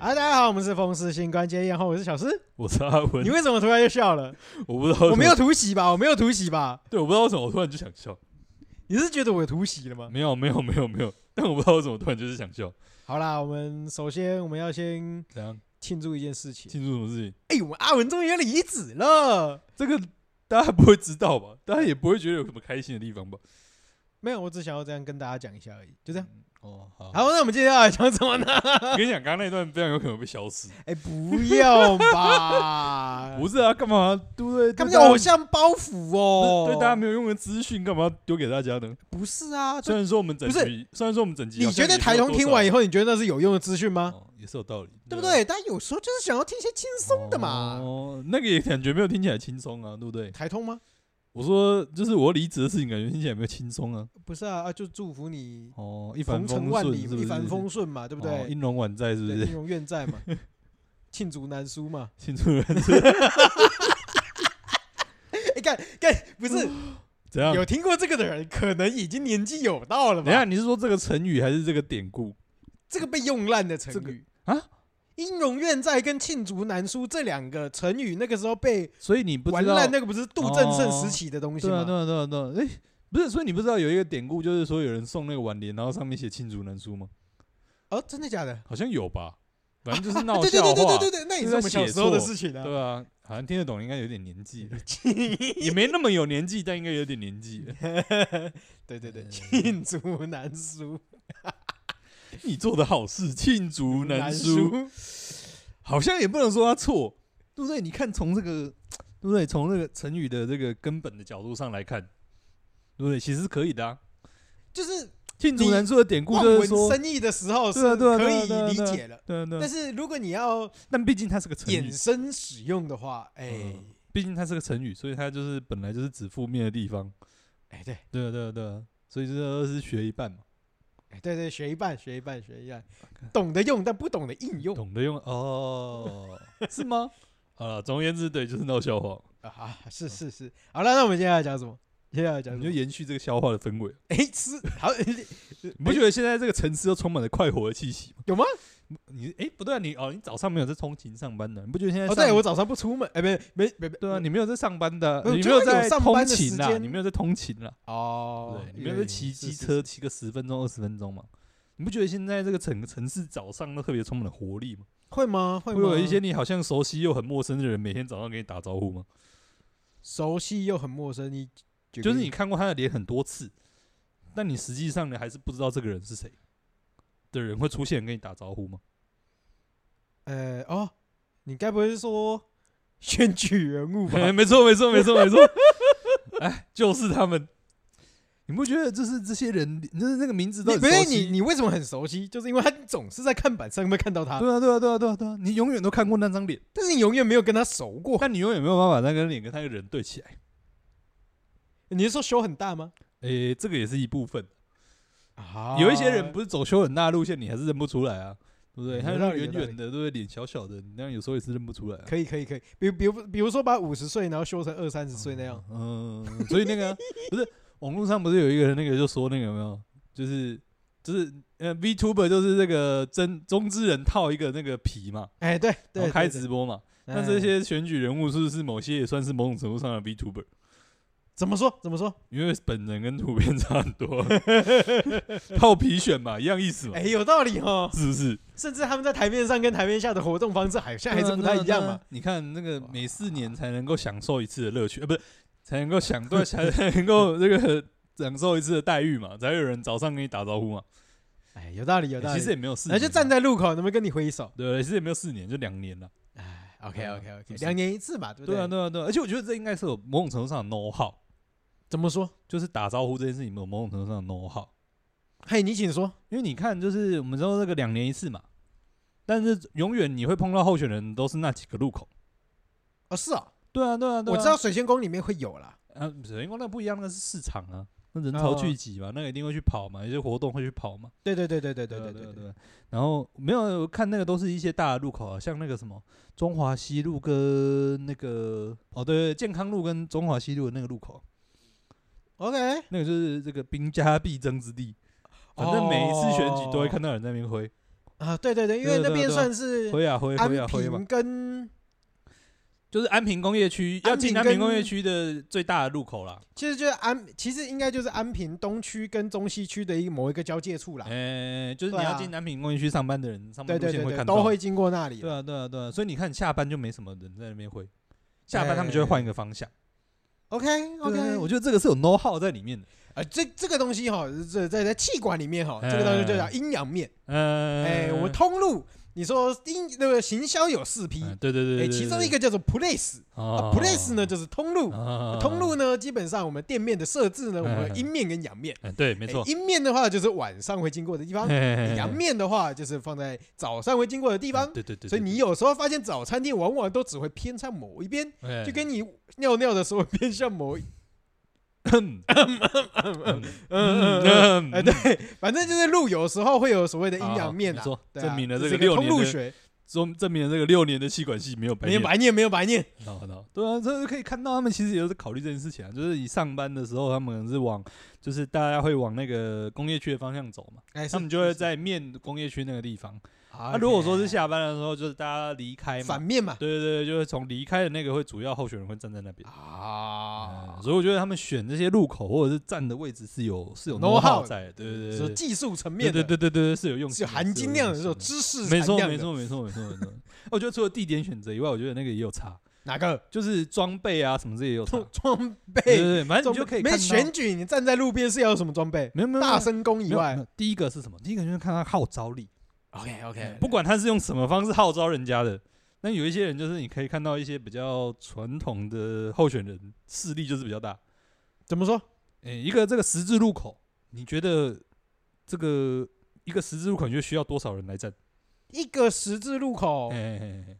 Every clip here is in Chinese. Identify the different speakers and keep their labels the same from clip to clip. Speaker 1: 啊好，我们是风湿性关节炎，然后我是小诗。
Speaker 2: 我是阿文
Speaker 1: 你，为什么突然就笑了？
Speaker 2: 我不知道为什么
Speaker 1: 我没有，突袭吧？我没有突袭吧？
Speaker 2: 对，我不知道为什么我突然就想笑，
Speaker 1: 你是觉得我有突袭了吗？
Speaker 2: 没有没有没有没有，但我不知道为什么突然就是想笑，
Speaker 1: 好啦，我们首先我们要先
Speaker 2: 怎样？
Speaker 1: 庆祝一件事情。
Speaker 2: 庆祝什么事情？
Speaker 1: 哎、我们阿文终于要离职了。
Speaker 2: 这个大家不会知道吧？大家也不会觉得有什么开心的地方吧？
Speaker 1: 没有，我只想要这样跟大家讲一下而已，就这样。
Speaker 2: 哦，好
Speaker 1: 好，那我们接下来讲什么 呢？
Speaker 2: 我跟你讲，刚刚那段非常有可能被 消失。
Speaker 1: 哎、不要吧！
Speaker 2: 不是啊，干嘛？对不对？
Speaker 1: 他们
Speaker 2: 对
Speaker 1: 有
Speaker 2: 大家
Speaker 1: 偶像包袱哦。
Speaker 2: 不是对大家没有用的资讯，干嘛要丢给大家呢？
Speaker 1: 不是啊，
Speaker 2: 虽
Speaker 1: 就
Speaker 2: 然说我们整
Speaker 1: 不是
Speaker 2: 集，虽然说我们整集好
Speaker 1: 你
Speaker 2: 像
Speaker 1: 觉得
Speaker 2: 也没有多少，
Speaker 1: 台通听完以后，你觉得那是有用的资讯吗？
Speaker 2: 哦也是有道理，
Speaker 1: 对不？对？但有时候就是想要听一些轻松的嘛。
Speaker 2: 哦，那个也感觉没有听起来轻松啊，对不对？
Speaker 1: 台通吗？
Speaker 2: 我说就是我离职的事情，感觉听起来没有轻松啊。
Speaker 1: 不是啊，啊，就祝福你
Speaker 2: 哦，一帆
Speaker 1: 鹏程
Speaker 2: 风
Speaker 1: 万
Speaker 2: 顺，
Speaker 1: 里，
Speaker 2: 是不是？哦
Speaker 1: 一帆风顺嘛，对
Speaker 2: 对
Speaker 1: 不对？
Speaker 2: 音容宛在，是不
Speaker 1: 哦对，
Speaker 2: 是
Speaker 1: 音？容愿在嘛， 罄竹难书嘛。
Speaker 2: 庆祝人
Speaker 1: 哎，干干，不是
Speaker 2: 怎样？
Speaker 1: 有听过这个的人，可能已经年纪有到了
Speaker 2: 等一下，
Speaker 1: 吧？
Speaker 2: 你是说这个成语还是这个典故？
Speaker 1: 这个被用烂的成
Speaker 2: 这个
Speaker 1: 语
Speaker 2: 啊，
Speaker 1: 音容愿在跟罄竹难书这两个成语，那个时候被
Speaker 2: 所以你不
Speaker 1: 玩
Speaker 2: 知道
Speaker 1: 烂，那个不是杜正胜
Speaker 2: 哦
Speaker 1: 时期的东西
Speaker 2: 对啊，对
Speaker 1: 吗？
Speaker 2: 啊，对啊，对啊。哎，不是，所以你不知道有一个典故，就是说有人送那个挽联，然后上面写“罄竹难书”吗？
Speaker 1: 哦，真的假的？
Speaker 2: 好像有吧，反正就是
Speaker 1: 啊
Speaker 2: 闹
Speaker 1: 对对
Speaker 2: 笑
Speaker 1: 对对
Speaker 2: 话
Speaker 1: 对。对对，那也
Speaker 2: 就是在
Speaker 1: 我们小
Speaker 2: 写
Speaker 1: 时候的
Speaker 2: 错
Speaker 1: 事情啊。
Speaker 2: 对啊，好像听得懂，应该有点年纪， 也没那么有年纪，但应该有点年纪。
Speaker 1: 对 对对，
Speaker 2: 嗯
Speaker 1: 罄竹难书，
Speaker 2: 你做的好事，罄竹难书。
Speaker 1: 书。
Speaker 2: 好像也不能说他错，对不对？你看从这个，对不对？从这个成语的这个根本的角度上来看，对不对？其实是可以的啊。
Speaker 1: 就是
Speaker 2: 罄竹难书的典故
Speaker 1: 望
Speaker 2: 就是
Speaker 1: 文
Speaker 2: 说，
Speaker 1: 生义的时候是
Speaker 2: 对啊对啊
Speaker 1: 可
Speaker 2: 对啊
Speaker 1: 以
Speaker 2: 对啊
Speaker 1: 理
Speaker 2: 对啊
Speaker 1: 解了，
Speaker 2: 对对
Speaker 1: 但
Speaker 2: 对，
Speaker 1: 是如果你要
Speaker 2: 但毕竟它是个成语
Speaker 1: 衍，生使用的话，哎
Speaker 2: 嗯毕竟它是个成语，所以它就是本来就是指负面的地方。
Speaker 1: 哎对
Speaker 2: 对啊对啊对啊，所以这个是学一半嘛，
Speaker 1: 哎对对，学一半学一半学一半，懂得用但不懂得应用
Speaker 2: 懂得用哦， 是吗？好了，总而言之，对，就是闹笑 话，
Speaker 1: 啊啊，是是是，好了，那我们接下来讲什么？接下来讲
Speaker 2: 你
Speaker 1: 什
Speaker 2: 就
Speaker 1: 么？
Speaker 2: 延续这个笑话的氛围。
Speaker 1: 哎是 好
Speaker 2: 你不觉得现在这个城市都充满了快活的气息吗？
Speaker 1: 有吗？
Speaker 2: 你哎、不对、啊，你哦，你早上没有在通勤上班的，你不觉得现在
Speaker 1: 哦
Speaker 2: 上？
Speaker 1: 对，我早上不出门，哎没没没
Speaker 2: 对啊，你没有在上班的，
Speaker 1: 没有
Speaker 2: 你
Speaker 1: 就
Speaker 2: 没有
Speaker 1: 是有
Speaker 2: 在
Speaker 1: 上
Speaker 2: 通
Speaker 1: 班的时
Speaker 2: 勤啦，
Speaker 1: 间
Speaker 2: 你没有在通勤啦，
Speaker 1: 哦
Speaker 2: 对，，你没有在
Speaker 1: 是
Speaker 2: 骑
Speaker 1: 是
Speaker 2: 机，
Speaker 1: 是
Speaker 2: 车骑个十分钟二十分钟嘛？你不觉得现在这个整个城市早上都特别充满了活力吗？
Speaker 1: 会吗？会
Speaker 2: 会
Speaker 1: 吗
Speaker 2: 有一些你好像熟悉又很陌生的人每天早上给你打招呼吗？
Speaker 1: 熟悉又很陌生，你举个
Speaker 2: 就是
Speaker 1: 例
Speaker 2: 你看过他的脸很多次，但你实际上你还是不知道这个人是谁的人会出现跟你打招呼吗？
Speaker 1: 呃哦，你该不会是说 选举人 物吧？
Speaker 2: 哎，没错，没错，没 错，没错。哎，就是他们。你不觉得就是这些人，就是 那个名字
Speaker 1: 你
Speaker 2: 都很
Speaker 1: 不是
Speaker 2: 熟
Speaker 1: 你，
Speaker 2: 悉
Speaker 1: 你为什么很熟悉？就是因为他总是在看板上面看到他，
Speaker 2: 对啊，对啊，对啊，对啊，对啊，你永远都看过那张脸，
Speaker 1: 但是你永远没有跟他熟过。
Speaker 2: 但你永远没有办法那个脸跟那个人对起来。
Speaker 1: 你是说修很大吗？
Speaker 2: 诶，哎这个也是一部分。
Speaker 1: 啊
Speaker 2: 有一些人不是走修很大的路线，你还是认不出来啊，对不对？
Speaker 1: 有
Speaker 2: 他
Speaker 1: 道
Speaker 2: 那
Speaker 1: 理有
Speaker 2: 圆
Speaker 1: 道理
Speaker 2: 圆的，对不对？脸小小的，你那样有时候也是认不出来啊。
Speaker 1: 可以可以可以，比如比如比如说把五十岁然后修成二三十岁那样，
Speaker 2: 嗯，所以那个啊不是网络上不是有一个人那个就说那个有没有，就是就是呃 VTuber 就是这个真中之人套一个那个皮嘛，
Speaker 1: 哎对
Speaker 2: 然
Speaker 1: 对，
Speaker 2: 后哦开
Speaker 1: 对
Speaker 2: 直播嘛。
Speaker 1: 对
Speaker 2: 那
Speaker 1: 哎
Speaker 2: 这些选举人物是不是某些也算是某种程度上的 VTuber？
Speaker 1: 怎么说怎么说？
Speaker 2: 因为本人跟图片差很多，套皮选嘛，一样意思嘛，
Speaker 1: 哎，有道理哦。
Speaker 2: 是不是？
Speaker 1: 甚至他们在台面上跟台面下的活动方式好像还是不太一样
Speaker 2: 对啊对啊对
Speaker 1: 嘛
Speaker 2: 啊。你看那个每四年才能够享受一次的乐趣，呃，不是才能够享对，才能够这个享受一次的待遇嘛，才会有人早上跟你打招呼嘛。
Speaker 1: 哎，有道理有道
Speaker 2: 欸
Speaker 1: 理。
Speaker 2: 其实也没有四
Speaker 1: 然
Speaker 2: 年啊，
Speaker 1: 后就站在路口，能不能跟你挥手？
Speaker 2: 对，其实也没有四年，就两年了。
Speaker 1: 哎，OK OK
Speaker 2: 是
Speaker 1: OK，
Speaker 2: 不是
Speaker 1: 两年一次嘛，对不
Speaker 2: 对啊，对啊，对啊。而且我觉得这应该是有某种程度上的 know how，
Speaker 1: 怎么说？
Speaker 2: 就是打招呼这件事情有某种程度上的 know how。
Speaker 1: 嘿，你请说。
Speaker 2: 因为你看，就是我们说这个两年一次嘛，但是永远你会碰到候选人都是那几个路口。
Speaker 1: 哦，是哦，
Speaker 2: 对啊，对啊，对啊
Speaker 1: 我知道，水仙宫里面会有啦。
Speaker 2: 啊，水晶宫那不一样，那是市场啊，那人潮聚集嘛，那个一定会去跑嘛，有些活动会去跑嘛。
Speaker 1: 对对对对对对
Speaker 2: 对
Speaker 1: 对
Speaker 2: 啊对
Speaker 1: 对
Speaker 2: 啊
Speaker 1: 对
Speaker 2: 对。啊。然后没有我看那个都是一些大的路口啊，像那个什么中华西路跟那个哦，对对，健康路跟中华西路的那个路口，
Speaker 1: OK，
Speaker 2: 那个就是这个兵家必争之地。反正每一次选举都会看到有人在那边挥，
Speaker 1: 啊，对对对，因为
Speaker 2: 对对
Speaker 1: 那边
Speaker 2: 对
Speaker 1: 算是
Speaker 2: 灰啊灰灰啊
Speaker 1: 哦安
Speaker 2: 灰嘛
Speaker 1: 平，跟
Speaker 2: 就是安平工业区要
Speaker 1: 安平
Speaker 2: 进安平
Speaker 1: 跟
Speaker 2: 工业区的最大的入口啦。
Speaker 1: 其实就是安，其实应该就是安平东区跟中西区的一个某一个交界处啦。
Speaker 2: 哎，就是你
Speaker 1: 对啊
Speaker 2: 要进南平工业区上班的人，上
Speaker 1: 对
Speaker 2: 班路
Speaker 1: 对
Speaker 2: 线
Speaker 1: 对
Speaker 2: 会
Speaker 1: 对，
Speaker 2: 看
Speaker 1: 都
Speaker 2: 到。
Speaker 1: 会经过那里
Speaker 2: 对
Speaker 1: 啦。
Speaker 2: 啊，对啊，对啊。所以你看，下班就没什么人在那边会，下班他们就会换一个方向。
Speaker 1: 哎 OK
Speaker 2: 对
Speaker 1: OK，
Speaker 2: 我觉得这个是有 know how 在里面的。
Speaker 1: 啊，这这个东西哈，这在在气管里面
Speaker 2: 哎
Speaker 1: 哈，这个东西就叫阴阳面。
Speaker 2: 呃，
Speaker 1: 哎，我
Speaker 2: 嗯
Speaker 1: 通路，你说阴那个行销有四批，
Speaker 2: 对对对
Speaker 1: 哎，
Speaker 2: 对，哦
Speaker 1: 其中一个叫做 place，啊，place 呢就是通
Speaker 2: 啊
Speaker 1: 路，通
Speaker 2: 通
Speaker 1: 路呢基本上我们店面的设置呢，我
Speaker 2: 嗯
Speaker 1: 们阴面跟阳面。
Speaker 2: 对，没错
Speaker 1: 哎。阴面的话就是晚上会经过的地方，阳面的话就是放在早上会经过的地
Speaker 2: 地
Speaker 1: 方。
Speaker 2: 哎对对对。
Speaker 1: 所以你有时候发现早餐店往往都只会偏向某一边，
Speaker 2: 有
Speaker 1: 就跟你尿尿的时候偏向某一，
Speaker 2: 嗯嗯
Speaker 1: 嗯嗯嗯，哎对，反正就是路有时候会有所谓的阴阳面啊
Speaker 2: 没错，
Speaker 1: 对啊
Speaker 2: 证明了
Speaker 1: 这
Speaker 2: 这
Speaker 1: 是
Speaker 2: 个
Speaker 1: 一个
Speaker 2: 六
Speaker 1: 通
Speaker 2: 年
Speaker 1: 路
Speaker 2: 的，
Speaker 1: 学，
Speaker 2: 证证明了这个六年的气管系没有白
Speaker 1: 没有
Speaker 2: 念。
Speaker 1: 白念，没有白念，
Speaker 2: 好的，对啊，这可以看到他们其实也是考虑这件事情啊，就是你上班的时候，他们可能是往，就是大家会往那个工业区的方向走嘛，
Speaker 1: 哎，是
Speaker 2: 他们就会。在面工业区那个地方。那、如果说是下班的时候，就是大家离开嘛
Speaker 1: 哎反，面嘛，
Speaker 2: 对对对，就是从离开的那个会主要候选人会站在那边。
Speaker 1: 啊
Speaker 2: 嗯，所以我觉得他们选这些路口或者是站的位置是有是有
Speaker 1: Know
Speaker 2: know
Speaker 1: how
Speaker 2: how 在嗯的，对对对
Speaker 1: 说
Speaker 2: 对，
Speaker 1: 技术层
Speaker 2: 对
Speaker 1: 面
Speaker 2: 对
Speaker 1: 的，
Speaker 2: 对对对是有用
Speaker 1: 是
Speaker 2: 心
Speaker 1: 有
Speaker 2: 的，
Speaker 1: 含金量的，是
Speaker 2: 有
Speaker 1: 有
Speaker 2: 用心
Speaker 1: 知识
Speaker 2: 的，
Speaker 1: 含
Speaker 2: 没错
Speaker 1: 量
Speaker 2: 没
Speaker 1: 的
Speaker 2: 错没错没错没错。我觉得除了地点选择以外，我觉得那个也有差，
Speaker 1: 哪个
Speaker 2: 就是装备啊什么这也有差。
Speaker 1: 装装
Speaker 2: 对
Speaker 1: 备？
Speaker 2: 对对，反正
Speaker 1: 装
Speaker 2: 你就可以
Speaker 1: 没
Speaker 2: 看到嗯
Speaker 1: 选举，你站在路边是要有什么装备？
Speaker 2: 没有没有嗯
Speaker 1: 大声公以外
Speaker 2: 第一个是什么？第一个就是看他号召力，
Speaker 1: ，OK OK，
Speaker 2: 不管他是用什么方式号召人家的。那有一些人就是你可以看到一些比较传统的候选人势力就是比较大。
Speaker 1: 怎么说？
Speaker 2: 诶、一个这个十字路口，你觉得这个一个十字路口你觉得需要多少人来站？
Speaker 1: 一个十字路口，
Speaker 2: 哎、嘿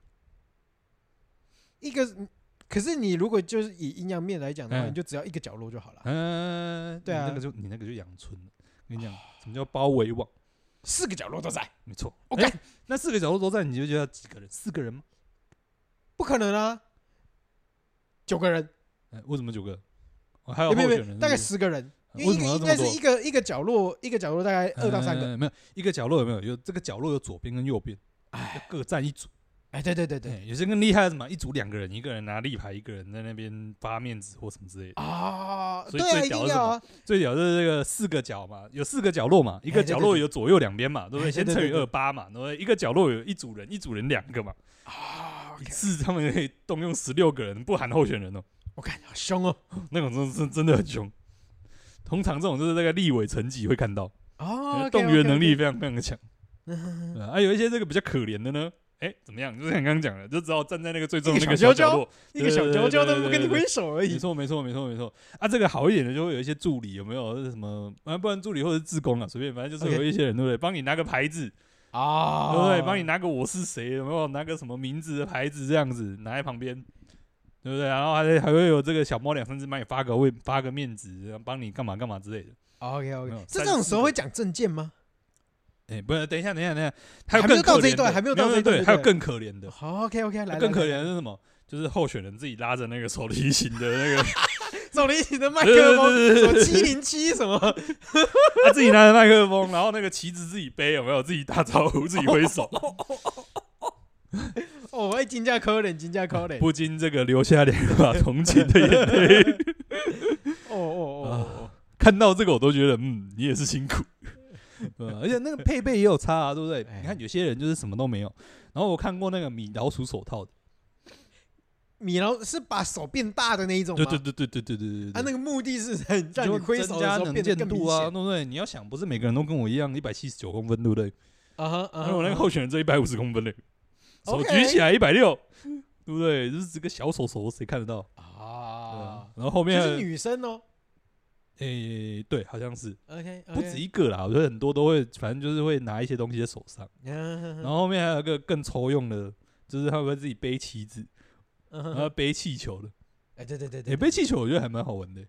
Speaker 1: 一个，嗯可是你如果就是以阴阳面来讲的话，
Speaker 2: 嗯
Speaker 1: 你就只要一个角落就好了，
Speaker 2: 嗯，
Speaker 1: 对啊哦
Speaker 2: 你那个就你那个就养春了。跟你讲，什么叫包围网？
Speaker 1: 四个角落都在，
Speaker 2: 没错。
Speaker 1: OK
Speaker 2: 诶那四个角落都在，你就觉得要几个人？四个人吗？
Speaker 1: 不可能啊，九个人，
Speaker 2: 诶为什么九个？哦、还有
Speaker 1: 有
Speaker 2: 候
Speaker 1: 没有没
Speaker 2: 选人是
Speaker 1: 有，
Speaker 2: 不
Speaker 1: 大概
Speaker 2: 是
Speaker 1: 十个人，因
Speaker 2: 为
Speaker 1: 为
Speaker 2: 什
Speaker 1: 一
Speaker 2: 么
Speaker 1: 个
Speaker 2: 要
Speaker 1: 应
Speaker 2: 这
Speaker 1: 该是
Speaker 2: 么多
Speaker 1: 一个一个角落，一个角落大概二到三个，
Speaker 2: 嗯没有一个角落有没有？有这个角落有左边跟右边，要
Speaker 1: 哎
Speaker 2: 各站一组。
Speaker 1: 哎，对对对对，
Speaker 2: 对，有些更厉害的是什么，一组两个人，一个人拿立牌，一个人在那边发面子或什么之类的。
Speaker 1: 啊，
Speaker 2: 所以
Speaker 1: 对啊，
Speaker 2: 最
Speaker 1: 一
Speaker 2: 屌
Speaker 1: 定
Speaker 2: 是什
Speaker 1: 要
Speaker 2: 么
Speaker 1: 啊，
Speaker 2: 最屌就是这个四个角嘛，有四个角落嘛，一个
Speaker 1: 哎对
Speaker 2: 角
Speaker 1: 对
Speaker 2: 落
Speaker 1: 对
Speaker 2: 有左右两边嘛，对不
Speaker 1: 哎
Speaker 2: 对？先
Speaker 1: 对
Speaker 2: 乘
Speaker 1: 对
Speaker 2: 以
Speaker 1: 对
Speaker 2: 二八嘛，对不对？一个角落有一组人，一组人两个嘛，
Speaker 1: 啊
Speaker 2: 一
Speaker 1: ，OK，
Speaker 2: 次他们可以动用十六个人，不含候选人哦，
Speaker 1: 我看好凶哦，
Speaker 2: 那种真真真的很凶。通常这种就是那个立委层级会看到，
Speaker 1: 哦，
Speaker 2: 动
Speaker 1: OK，OK，OK
Speaker 2: 员能力，非常非 常的强。
Speaker 1: 嗯
Speaker 2: 对啊，啊有一些这个比较可怜的呢，哎，怎么样？就是像你刚刚讲的，就只好站在那个最重
Speaker 1: 一
Speaker 2: 的
Speaker 1: 个
Speaker 2: 那个
Speaker 1: 小
Speaker 2: 小
Speaker 1: 娇娇
Speaker 2: 角落，
Speaker 1: 一个小
Speaker 2: 对对
Speaker 1: 娇娇
Speaker 2: 对
Speaker 1: 都
Speaker 2: 对
Speaker 1: 不跟你
Speaker 2: 对对
Speaker 1: 挥手而
Speaker 2: 没
Speaker 1: 已，
Speaker 2: 错，没错，没错，没错。啊，这个好一点的就会有一些助理，有没有？是什么？啊，不然助理或者志工啊，随便，反正就是
Speaker 1: OK
Speaker 2: 有一些人，对不对？帮你拿个牌子，
Speaker 1: 啊
Speaker 2: 对不对？帮你拿个我是谁，有没有？拿个什么名字的牌子这样子拿在旁边，对不对？然后还还会有这个小猫两三只帮你发个位发个面子，然后帮你干嘛干嘛之类的。
Speaker 1: ，OK
Speaker 2: 没
Speaker 1: OK，
Speaker 2: 有
Speaker 1: 是这
Speaker 2: 三
Speaker 1: 种
Speaker 2: 四
Speaker 1: 时候
Speaker 2: 个
Speaker 1: 会讲证件吗？
Speaker 2: 哎，不是，等一下，等一下，等一下，还有
Speaker 1: 还没有
Speaker 2: 更可
Speaker 1: 到这一
Speaker 2: 怜
Speaker 1: 段
Speaker 2: 的
Speaker 1: 还没有到这一段
Speaker 2: 对，
Speaker 1: 对
Speaker 2: 还有
Speaker 1: 不对
Speaker 2: 更可怜的，
Speaker 1: 好，OK OK，来，
Speaker 2: 更可
Speaker 1: 来
Speaker 2: 怜的是什么？就是候选人自己拉着那个手提琴的那个，
Speaker 1: 走了一起的麦
Speaker 2: 对对
Speaker 1: 克风，
Speaker 2: 对对对
Speaker 1: 什
Speaker 2: 对
Speaker 1: 么七零七什么，
Speaker 2: 他自己拿着麦克风，然后那个旗子自己背，有没有？自己打招呼，自己挥手，
Speaker 1: 哦，哎，金价可怜，金价哦可怜，
Speaker 2: 不禁这个流下两把同情的眼泪。
Speaker 1: 哦哦
Speaker 2: 啊
Speaker 1: 哦
Speaker 2: 看到这个，我都觉得，嗯，你也是辛苦。对啊而且那个配备也有差啊，对不对？
Speaker 1: 哎
Speaker 2: 你看有些人就是什么都没有。然后我看过那个米老鼠手套的，
Speaker 1: 哦，米劳是把手变大的那一种吗？
Speaker 2: 对对对对对对对对对。
Speaker 1: 他那个目的是很让你
Speaker 2: 就
Speaker 1: 挥手
Speaker 2: 增
Speaker 1: 的
Speaker 2: 加
Speaker 1: 时候
Speaker 2: 能
Speaker 1: 变
Speaker 2: 见
Speaker 1: 得更明
Speaker 2: 度啊，对
Speaker 1: 显。
Speaker 2: 不对？你要想，不是每个人都跟我一样一百七十九公分，对不对？
Speaker 1: 啊哈啊
Speaker 2: 然
Speaker 1: 哈！
Speaker 2: 后我那个候选人这一百五十公分嘞，手
Speaker 1: OK
Speaker 2: 举起来一百六，对不对？就是这个小手手谁看得到？对啊
Speaker 1: 啊，
Speaker 2: 然后后
Speaker 1: 就
Speaker 2: 面
Speaker 1: 是女生哦。
Speaker 2: 诶、对，好像是
Speaker 1: OK，
Speaker 2: 不止一个啦。我觉得很多都会，反正就是会拿一些东西在手上。
Speaker 1: 啊
Speaker 2: 然
Speaker 1: 然
Speaker 2: 后后面还有一个更抽用的，就是他们会自己背旗子，然后
Speaker 1: 后
Speaker 2: 背气球的。
Speaker 1: 啊哎，对对对
Speaker 2: 诶、
Speaker 1: 嗯对，
Speaker 2: 背气球我觉得还蛮好玩的、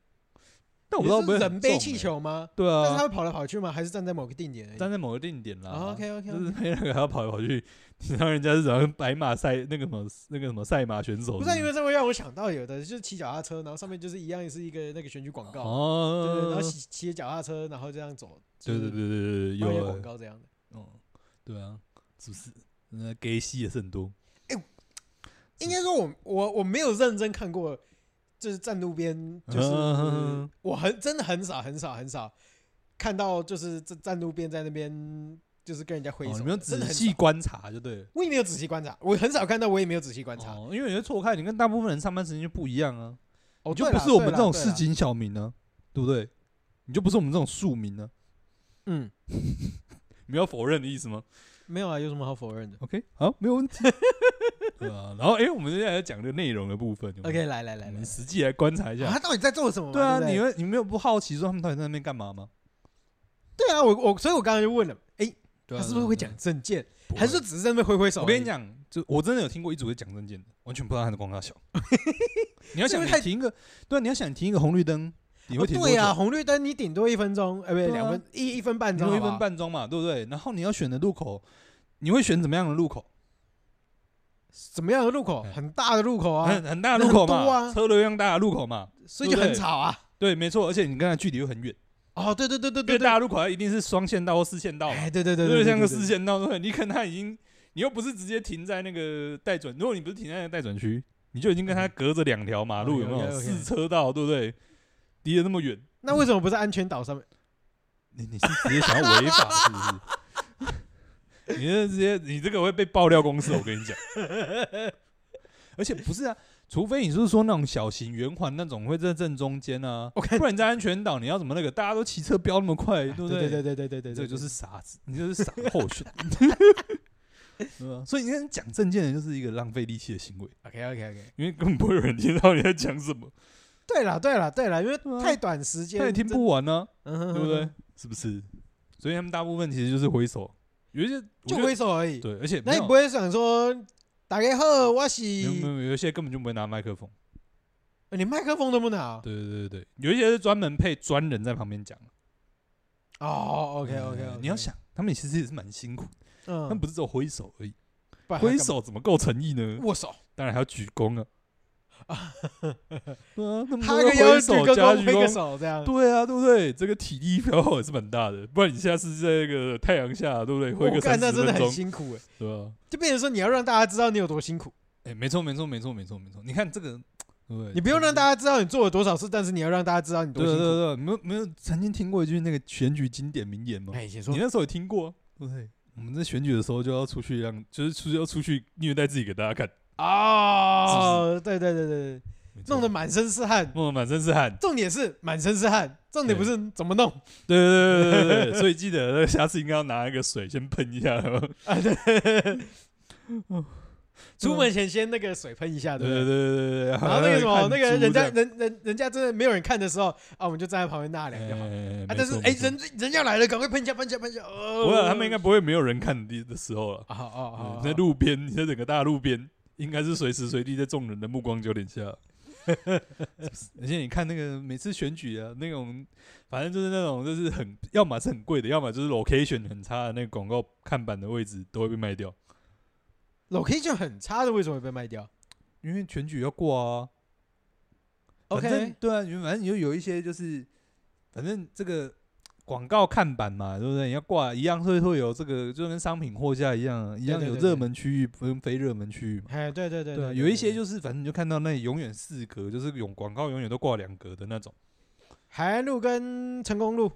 Speaker 2: 但我不知道会
Speaker 1: 你
Speaker 2: 不
Speaker 1: 是
Speaker 2: 会很
Speaker 1: 人背
Speaker 2: 重
Speaker 1: 气
Speaker 2: 欸。
Speaker 1: 球吗？
Speaker 2: 对
Speaker 1: 但是他哦
Speaker 2: 啊，
Speaker 1: 会跑来跑去吗？还是站在某个定点而已？啊
Speaker 2: 站啊在某个定点啦。
Speaker 1: OK OK
Speaker 2: 就是配那个还要跑来跑去， 你让人家是好像白马赛那个什么那个什么赛马选手
Speaker 1: 不
Speaker 2: 不
Speaker 1: 是啊，因为这会让我想到有的就是骑脚踏车，然后上面就是一样是一个那个选举广告，对对，然
Speaker 2: 哦
Speaker 1: 后，骑骑着脚踏车，然后这样走，
Speaker 2: 对对对对对，
Speaker 1: 哦有
Speaker 2: 有欸哦
Speaker 1: 广告这样的。
Speaker 2: 嗯，对啊，是不是？那 gay 戏也是很多，
Speaker 1: 应该说我我我没有认真看过，就是站路边，就是、
Speaker 2: 嗯
Speaker 1: 我很真的很少很少很少看到，就是站站路边在那边就是跟人家挥手
Speaker 2: 哦
Speaker 1: 的，
Speaker 2: 你没有
Speaker 1: 真
Speaker 2: 仔
Speaker 1: 的很
Speaker 2: 细
Speaker 1: 少，
Speaker 2: 观察就对了。
Speaker 1: 我也没有仔细观察，我很少看到，我也没有仔细观察。
Speaker 2: 哦，因为有些错开，你跟大部分人上班时间就不一样啊，
Speaker 1: 哦，
Speaker 2: 你就
Speaker 1: 对
Speaker 2: 不
Speaker 1: 啦
Speaker 2: 是我们这种，
Speaker 1: 对
Speaker 2: 市
Speaker 1: 啦对啦
Speaker 2: 井小民呢、对不对？你就不是我们这种庶民啊呢、
Speaker 1: 嗯，
Speaker 2: 你要否认的意思吗
Speaker 1: 没有啊，有什么好否认的
Speaker 2: ？OK，好，没有问 题。对啊，然后诶，我们现在来讲这个内容的部分有没有
Speaker 1: ？OK，来来来来
Speaker 2: 我们，实际来观察一
Speaker 1: 啊
Speaker 2: 下。
Speaker 1: 他到底在做什么嘛？
Speaker 2: 对啊，
Speaker 1: 不
Speaker 2: 你会你没有不好奇说他们到底在那边干嘛吗？
Speaker 1: 对啊，我我所以，我刚刚就问了，哎，
Speaker 2: 对
Speaker 1: 他
Speaker 2: 啊
Speaker 1: 是不是会讲？证件，
Speaker 2: 对啊
Speaker 1: 还是说只是在那边挥挥手？
Speaker 2: 我跟你，讲，就我真的有听过一组是讲证件的，完全不知道他的光 大小。你要想
Speaker 1: 这
Speaker 2: 你
Speaker 1: 个太
Speaker 2: 停一个，对啊，你要想停一个红绿灯，你会
Speaker 1: 哦
Speaker 2: 停多
Speaker 1: 对
Speaker 2: 久？
Speaker 1: 啊，红绿灯你顶多一分钟，哎，不对，
Speaker 2: 对啊
Speaker 1: 两分一一分半
Speaker 2: 你
Speaker 1: 钟，
Speaker 2: 会一
Speaker 1: 好不好
Speaker 2: 分半钟嘛，对不对？然后你要选的路口，你会选怎么样的路口？
Speaker 1: 怎么样的路口？
Speaker 2: 哎
Speaker 1: 很大的路口啊
Speaker 2: 很，很大的
Speaker 1: 那
Speaker 2: 路口
Speaker 1: 很多
Speaker 2: 嘛，
Speaker 1: 啊
Speaker 2: 车流量大的路口嘛，
Speaker 1: 所以就
Speaker 2: 对不
Speaker 1: 很
Speaker 2: 对
Speaker 1: 吵啊。
Speaker 2: 对，没错。而且你跟它距离又很远，
Speaker 1: 哦，对对对对
Speaker 2: 因为
Speaker 1: 对对，
Speaker 2: 大的路口啊它一定是双线道或四线道嘛，
Speaker 1: 哎，对对对
Speaker 2: 就是
Speaker 1: 对，
Speaker 2: 像个
Speaker 1: 对
Speaker 2: 四，线道，对不对？你可能它已经，你又不是直接停在那个待转，如果你不是停在那个待转区，你就已经跟它隔着两条马
Speaker 1: 嗯哦
Speaker 2: 路，有没有
Speaker 1: OK，OK，OK
Speaker 2: 四车道，对不对？离得那么远，
Speaker 1: 那为什么不是安全岛上面？
Speaker 2: 你你是直接想要违法是不 是？你这直接你这个会被爆料公司，我跟你讲。而且不是啊，除非你是说那种小型圆环那种会在正中间啊，
Speaker 1: 我看
Speaker 2: 不，然你在安全岛你要怎么那个？大家都骑车飙那么快，对不
Speaker 1: 对
Speaker 2: 对
Speaker 1: 对对对对对，
Speaker 2: 这
Speaker 1: 对
Speaker 2: 就是傻子，你就是傻候选。 对吧所以你跟人讲证件的就是一个浪费力气的行为，
Speaker 1: OK OK OK。
Speaker 2: 因为根本不会有人听到你在讲什么，
Speaker 1: 对了对了对了，因为
Speaker 2: 对啊
Speaker 1: 太短时间，嗯
Speaker 2: 他也听不完啊呢、
Speaker 1: 真，
Speaker 2: 对
Speaker 1: 对
Speaker 2: 不对？？是不是？所以他们大部分其实就是挥手，有一些我觉
Speaker 1: 就
Speaker 2: 得
Speaker 1: 挥手而已。
Speaker 2: 对，而且
Speaker 1: 那
Speaker 2: 没
Speaker 1: 你
Speaker 2: 有
Speaker 1: 不会想说打开后我是
Speaker 2: 没有没有有一些根本就不会拿麦克风，
Speaker 1: 呃你麦克风都不拿？啊
Speaker 2: 对对对对，有一些是专门配专人在旁边讲。
Speaker 1: 哦，OK OK，
Speaker 2: 嗯你要，想，他们其实也是蛮辛苦，他
Speaker 1: 嗯，
Speaker 2: 们
Speaker 1: 啊
Speaker 2: 不是只有挥手而已，
Speaker 1: 不然还
Speaker 2: 挥
Speaker 1: 要干嘛
Speaker 2: 手怎么够诚意呢？
Speaker 1: 握手，
Speaker 2: 当然还要鞠躬啊， 对啊，那么
Speaker 1: 哈
Speaker 2: 多
Speaker 1: 个腰举
Speaker 2: 挥手
Speaker 1: 个
Speaker 2: 加
Speaker 1: 躬，
Speaker 2: 鞠
Speaker 1: 挥个
Speaker 2: 躬，
Speaker 1: 手这样。
Speaker 2: 对啊，对不对？这个体力 消耗也是蛮大的，不然你下次在那个太阳下，对不对？挥
Speaker 1: 我
Speaker 2: 个
Speaker 1: 看那
Speaker 2: 三十
Speaker 1: 真的很
Speaker 2: 分钟，
Speaker 1: 辛苦哎，
Speaker 2: 对啊吧？
Speaker 1: 就变成说你要让大家知道你有多辛苦，
Speaker 2: 哎，没错，没错，没错，没错，没错。你看这个，对对
Speaker 1: 你不用让
Speaker 2: 就是
Speaker 1: 大家知道你做了多少事，但是你要让大家知道你多
Speaker 2: 对
Speaker 1: 辛
Speaker 2: 对
Speaker 1: 苦。
Speaker 2: 对，没有没有曾经听过一句那个选举经典名言吗？
Speaker 1: 哎，先说
Speaker 2: 你那时候有听过？对不对？我们在选举的时候就要出去让，就是出去要出去虐待自己给大家看，
Speaker 1: 哦，对对对对对，
Speaker 2: 没错
Speaker 1: 弄得满身是汗。
Speaker 2: 弄得满身是汗。
Speaker 1: 重点是满身是汗，重点不是怎么弄
Speaker 2: 对对对对对对对，所以记得下次应该要拿一个水先喷一下。哦然后
Speaker 1: 啊！对，出门前先那个水喷一下，
Speaker 2: 对
Speaker 1: 对不
Speaker 2: 嗯对对
Speaker 1: 啊对？
Speaker 2: 对对，然
Speaker 1: 然后那个什么，那个人家
Speaker 2: 哎
Speaker 1: 人人人家真的没有人看的时候啊，我们就站在旁边纳凉就好。
Speaker 2: 哎
Speaker 1: 啊，但是哎，人人要来了，赶快喷一下，喷一下，喷一下。哦
Speaker 2: 不是他们应该不会没有人看的的时候了。
Speaker 1: 啊哦
Speaker 2: 对
Speaker 1: 哦，
Speaker 2: 在路边， 你在整个大路边，应该是随时随地在众人的目光焦点下。是 不是而且你看那个每次选举啊，那种反正就是那种就是很，要么是很贵的，要么就是 location 很差的那个广告看板的位置都会被卖掉，
Speaker 1: location 很差的，为什么会被卖掉
Speaker 2: 因为选举要过啊。反正
Speaker 1: ？OK，
Speaker 2: 对啊，你反正你就有一些就是，反正这个广告看板嘛，对不对？你要挂一样，会会有这个，就跟商品货架一样啊，一
Speaker 1: 对
Speaker 2: 样
Speaker 1: 对
Speaker 2: 有
Speaker 1: 对对
Speaker 2: 热门区域跟非热门区域嘛。
Speaker 1: 哎，对对对
Speaker 2: 对啊，有一些就是反正你就看到那里永远四格，就是永广告永远都挂两格的那种，
Speaker 1: 海岸路跟成功路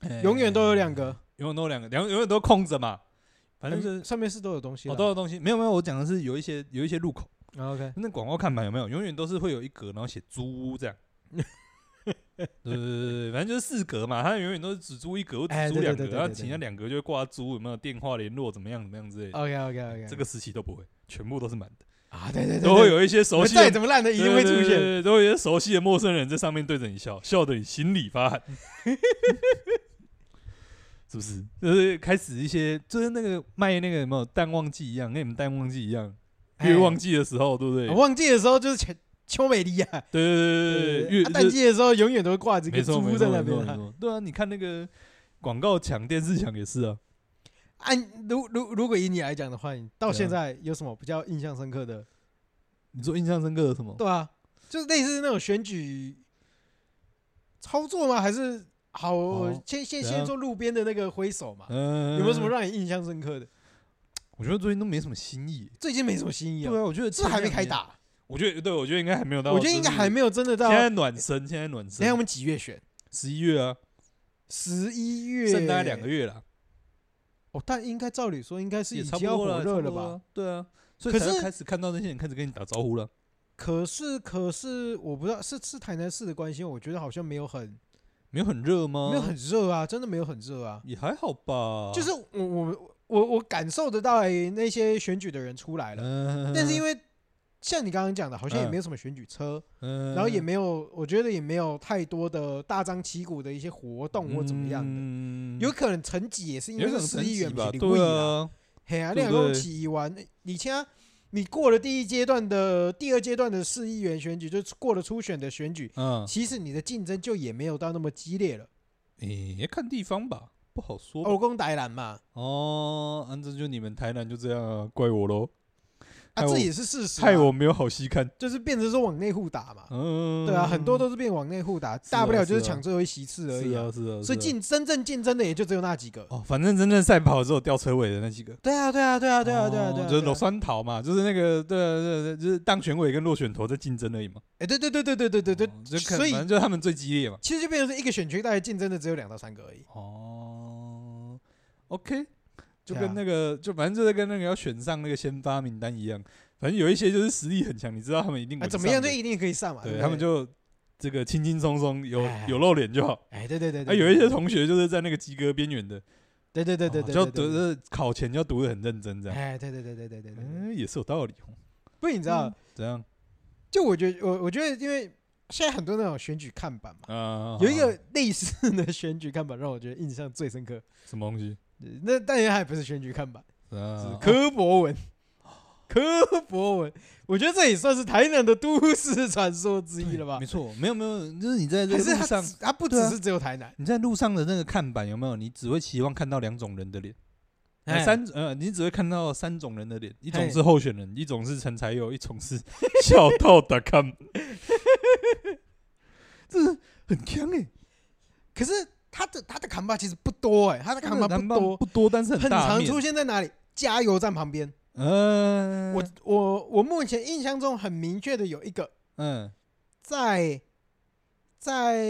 Speaker 2: 哎
Speaker 1: 永远都有两格，
Speaker 2: 永远都有两个，两永远都空着嘛。反正就是
Speaker 1: 嗯上面哎是啊都有东西啦。
Speaker 2: 好多的东西，没有没有，我讲的是有一些有一些路口，
Speaker 1: 啊 OK，
Speaker 2: 那广告看板有没有？永远都是会有一格，然后写租屋这 样。对对对对，反正就是四格嘛，它永远都是只租一格，或
Speaker 1: 哎
Speaker 2: 只租
Speaker 1: 对对
Speaker 2: 两
Speaker 1: 对
Speaker 2: 格，
Speaker 1: 对
Speaker 2: 然后
Speaker 1: 对对哦
Speaker 2: 其他两格就会挂租，有没有电话联络怎么样怎么样之类的。
Speaker 1: OK OK OK，
Speaker 2: 这个时期都不会，全部都是满的，
Speaker 1: 啊，对对对，
Speaker 2: 都会
Speaker 1: 对
Speaker 2: 有一些熟悉的
Speaker 1: 再怎么烂的一定会出
Speaker 2: 对对对
Speaker 1: 现。
Speaker 2: 对都有些熟悉的陌生人在上面对着你笑，笑得你心里发寒，是不是？就是开始一些，就是那个卖那个什么淡旺季一样，跟你们淡旺季一样，越旺季的时候，对不对？
Speaker 1: 哎，旺季的时候就是秋秋美丽啊，
Speaker 2: 对对对对对，
Speaker 1: 啊
Speaker 2: 越
Speaker 1: 淡
Speaker 2: 就是
Speaker 1: 季的时候永远都会挂着一
Speaker 2: 没
Speaker 1: 个
Speaker 2: 错
Speaker 1: 猪
Speaker 2: 没
Speaker 1: 在
Speaker 2: 错
Speaker 1: 那
Speaker 2: 没
Speaker 1: 边
Speaker 2: 错没
Speaker 1: 啊。
Speaker 2: 错，对啊，你看那个广告墙、电视墙也是啊，
Speaker 1: 按如如如果以你来讲的话，你到
Speaker 2: 对啊
Speaker 1: 现在有什么比较印象深刻的？
Speaker 2: 你说印象深刻的什么？
Speaker 1: 对啊，就是类似那种选举操作吗？还是好
Speaker 2: 哦
Speaker 1: 先先
Speaker 2: 怎
Speaker 1: 先
Speaker 2: 样
Speaker 1: 做路边的那个挥手嘛？
Speaker 2: 嗯，
Speaker 1: 有没有什么让你印象深刻的？
Speaker 2: 我觉得最近都没什么新意。
Speaker 1: 最近没什么新意
Speaker 2: 对
Speaker 1: 啊，
Speaker 2: 啊，我觉得
Speaker 1: 是
Speaker 2: 这
Speaker 1: 还没
Speaker 2: 两
Speaker 1: 开
Speaker 2: 年，
Speaker 1: 打，
Speaker 2: 我觉得对，我觉得应该还没有到，
Speaker 1: 我觉得应该还
Speaker 2: 没
Speaker 1: 没有真的到。
Speaker 2: 现在
Speaker 1: 等
Speaker 2: 暖身，现在暖
Speaker 1: 一下我
Speaker 2: 身，
Speaker 1: 们几月选？
Speaker 2: 十一月啊，
Speaker 1: 十一月，
Speaker 2: 剩大概两个月啦，
Speaker 1: 哦，但应该照理说应该是
Speaker 2: 也
Speaker 1: 已
Speaker 2: 差
Speaker 1: 经
Speaker 2: 不
Speaker 1: 要
Speaker 2: 多
Speaker 1: 火热
Speaker 2: 了，差
Speaker 1: 了
Speaker 2: 不多
Speaker 1: 吧？
Speaker 2: 啊？对啊，所以
Speaker 1: 可
Speaker 2: 才会
Speaker 1: 是
Speaker 2: 开始看到那些人开始跟你打招呼了。
Speaker 1: 可是可是我不知道是是台南市的关系，我觉得好像没有很
Speaker 2: 没有很热吗？
Speaker 1: 没有很热啊，真的没有很热啊。
Speaker 2: 也还好吧。
Speaker 1: 就是我我我我感受得到欸那些选举的人出来了，
Speaker 2: 嗯，
Speaker 1: 但是因
Speaker 2: 为
Speaker 1: 为像你刚刚讲的，好像也
Speaker 2: 嗯
Speaker 1: 没有什么选举车，
Speaker 2: 嗯，
Speaker 1: 然后也没有，我觉得也没有太多的大张旗鼓的一些活动或怎么样的。
Speaker 2: 嗯
Speaker 1: 有可能成绩也是因
Speaker 2: 有
Speaker 1: 为
Speaker 2: 可
Speaker 1: 是
Speaker 2: 能
Speaker 1: 市议
Speaker 2: 成
Speaker 1: 员
Speaker 2: 绩吧？
Speaker 1: 不是立委
Speaker 2: 对啊，
Speaker 1: 嘿啊，
Speaker 2: 对
Speaker 1: 两
Speaker 2: 不
Speaker 1: 个
Speaker 2: 对
Speaker 1: 起完，而且你过了第一阶段的第二阶段的市议员选举，就是过了初选的选举，
Speaker 2: 嗯，
Speaker 1: 其实你的竞争就也没有到那么激烈了。
Speaker 2: 诶，要嗯看地方吧，不好说吧。
Speaker 1: 欧公台南嘛，
Speaker 2: 哦，反正就你们台南就这样啊，怪我喽，
Speaker 1: 啊，
Speaker 2: 害我
Speaker 1: 这也是事实啊，
Speaker 2: 害我没有好戏看。
Speaker 1: 就是变成说往内互打嘛。
Speaker 2: 嗯，啊
Speaker 1: 对啊，很多都是变往内互打，大不了就是抢最后一席次而
Speaker 2: 是
Speaker 1: 已
Speaker 2: 啊，是
Speaker 1: 所
Speaker 2: 啊，
Speaker 1: 以
Speaker 2: 是啊
Speaker 1: 竞真正竞争的也就只有那几个。
Speaker 2: 哦，反正真正赛跑只有掉车尾的那几个。
Speaker 1: 对啊，对啊，对啊，对啊，对啊，
Speaker 2: 哦
Speaker 1: 对啊，
Speaker 2: 就
Speaker 1: 对
Speaker 2: 是
Speaker 1: 啊
Speaker 2: 楼酸桃嘛，就是那个，对啊对啊对啊，就是当选委跟落选头在竞争而已嘛。
Speaker 1: 哎，对对对对对对对对
Speaker 2: 哦，就可
Speaker 1: 所
Speaker 2: 能
Speaker 1: 以
Speaker 2: 反正就是他们最激烈嘛。
Speaker 1: 其实就变成是一个选区大概竞争的只有两到三个而已。
Speaker 2: 哦，OK，就
Speaker 1: 对啊
Speaker 2: 跟那个，就反正就是跟那个要选上那个先发名单一样，反正有一些就是实力很强，你知道他们一定
Speaker 1: 啊，
Speaker 2: 稳
Speaker 1: 怎么样
Speaker 2: 上
Speaker 1: 就
Speaker 2: 的
Speaker 1: 一定可以上嘛？
Speaker 2: 对
Speaker 1: 不
Speaker 2: 他们就这个轻轻松松，有
Speaker 1: 哎
Speaker 2: 有露脸就好。
Speaker 1: 哎，对对对
Speaker 2: 啊，
Speaker 1: 对，
Speaker 2: 有一些
Speaker 1: 对
Speaker 2: 同学就是在那个及格边缘的，
Speaker 1: 对对对对
Speaker 2: 哦
Speaker 1: 对，
Speaker 2: 就要
Speaker 1: 对对
Speaker 2: 读
Speaker 1: 对
Speaker 2: 的考前就要读的很认真这样，
Speaker 1: 哎，对对对对对对对对，
Speaker 2: 嗯，也是有道理哦。
Speaker 1: 不，你知道，
Speaker 2: 怎样
Speaker 1: 就我觉得我我觉得，因为现在很多那种选举看板嘛，
Speaker 2: 啊？
Speaker 1: 有一个类似的选举看板让我觉得印象最深刻。
Speaker 2: 啊什么东西？
Speaker 1: 呃那当然还不是选举看板，
Speaker 2: 啊
Speaker 1: 是，柯博文， 柯博文，我觉得这也算是台南的都市传说之一了吧
Speaker 2: 没？错，没有没有，就是你在这
Speaker 1: 还
Speaker 2: 个
Speaker 1: 是
Speaker 2: 路
Speaker 1: 他
Speaker 2: 上
Speaker 1: 只，他不只
Speaker 2: 对啊
Speaker 1: 是只有台南，
Speaker 2: 你在路上的那个看板有没有？你只会期望看到两种人的脸。哎
Speaker 1: 哎
Speaker 2: 三呃，你只会看到三种人的脸，一种
Speaker 1: 嘿
Speaker 2: 是候选人，一种是陈才佑，一种是笑到打 com，这很强哎、欸，
Speaker 1: 可是他的他的扛把其实不多哎，他的扛把
Speaker 2: 真
Speaker 1: 不
Speaker 2: 的
Speaker 1: 多，
Speaker 2: 不多，但是
Speaker 1: 很
Speaker 2: 大
Speaker 1: 常
Speaker 2: 面
Speaker 1: 出现在哪里？加油站旁边。
Speaker 2: 嗯，
Speaker 1: 我我我目前印象中很明确的有一个
Speaker 2: 嗯
Speaker 1: 在在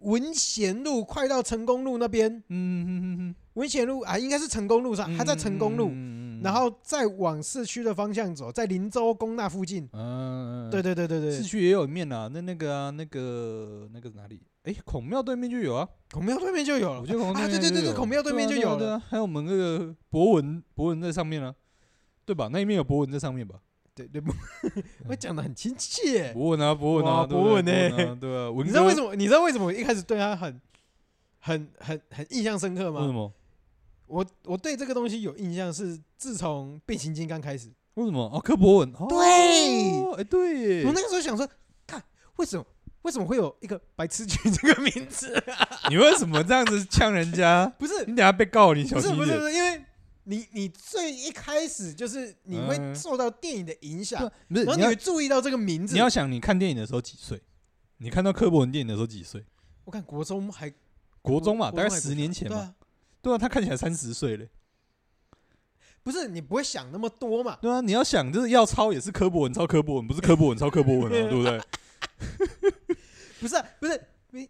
Speaker 1: 文贤路快到成功路那边，
Speaker 2: 嗯，
Speaker 1: 文贤路啊应该是成功路上，他在成功路，
Speaker 2: 嗯
Speaker 1: 然后再往市区的方向走，在林州宫那附近。
Speaker 2: 嗯，
Speaker 1: 对对对对
Speaker 2: 市
Speaker 1: 对，
Speaker 2: 区也有一面啊，那那个啊，那个那个哪里？哎，孔庙对面就有啊，
Speaker 1: 孔庙对面就有
Speaker 2: 我
Speaker 1: 了。
Speaker 2: 觉得孔庙
Speaker 1: 啊对
Speaker 2: 面
Speaker 1: 对对
Speaker 2: 就
Speaker 1: 对
Speaker 2: 有
Speaker 1: 孔庙对面
Speaker 2: 啊
Speaker 1: 就
Speaker 2: 啊
Speaker 1: 有
Speaker 2: 对
Speaker 1: 了
Speaker 2: 啊，还有我们那个博文，博文在上面啊，对吧？那一面有博文在上面吧？
Speaker 1: 对对， 不我讲的很亲切。
Speaker 2: 博文啊，博文啊，
Speaker 1: 哎哇
Speaker 2: 对不对
Speaker 1: 博文欸
Speaker 2: 博文啊对啊，文
Speaker 1: 你知道为什
Speaker 2: 么？
Speaker 1: 么？你知道为什么我一开始对他很很很很印象深刻
Speaker 2: 为什
Speaker 1: 吗？
Speaker 2: 么？
Speaker 1: 我我对这个东西有印象是自从变形金刚开始。
Speaker 2: 为什么？哦，柯博文，哦
Speaker 1: 对
Speaker 2: 哎，对耶
Speaker 1: 我，那个时候想说，看为什么为什么会有一个白痴君这个名字？
Speaker 2: 你为什么这样子呛 人家？
Speaker 1: 不是
Speaker 2: 你等下被告，你小
Speaker 1: 不是
Speaker 2: 心
Speaker 1: 不
Speaker 2: 一
Speaker 1: 是
Speaker 2: 点
Speaker 1: 不。是，因为你你最一开始就是你会
Speaker 2: 嗯
Speaker 1: 受到电影的影响，
Speaker 2: 啊不是，
Speaker 1: 然后
Speaker 2: 你
Speaker 1: 你
Speaker 2: 要
Speaker 1: 会注意到这个名字
Speaker 2: 你。要想，你看电影的时候几岁？你看到柯博文电影的时候几岁？
Speaker 1: 我看国中还
Speaker 2: 国中嘛，
Speaker 1: 国
Speaker 2: 大概
Speaker 1: 还
Speaker 2: 十年前
Speaker 1: 对
Speaker 2: 嘛。
Speaker 1: 啊，
Speaker 2: 对啊，他看起来三十岁嘞。
Speaker 1: 不是你不会想那么多嘛？
Speaker 2: 对啊，你要想，就是要抄也是柯博文抄柯博文，不是柯博文抄柯博文 啊，对不对？
Speaker 1: 不是啊不是，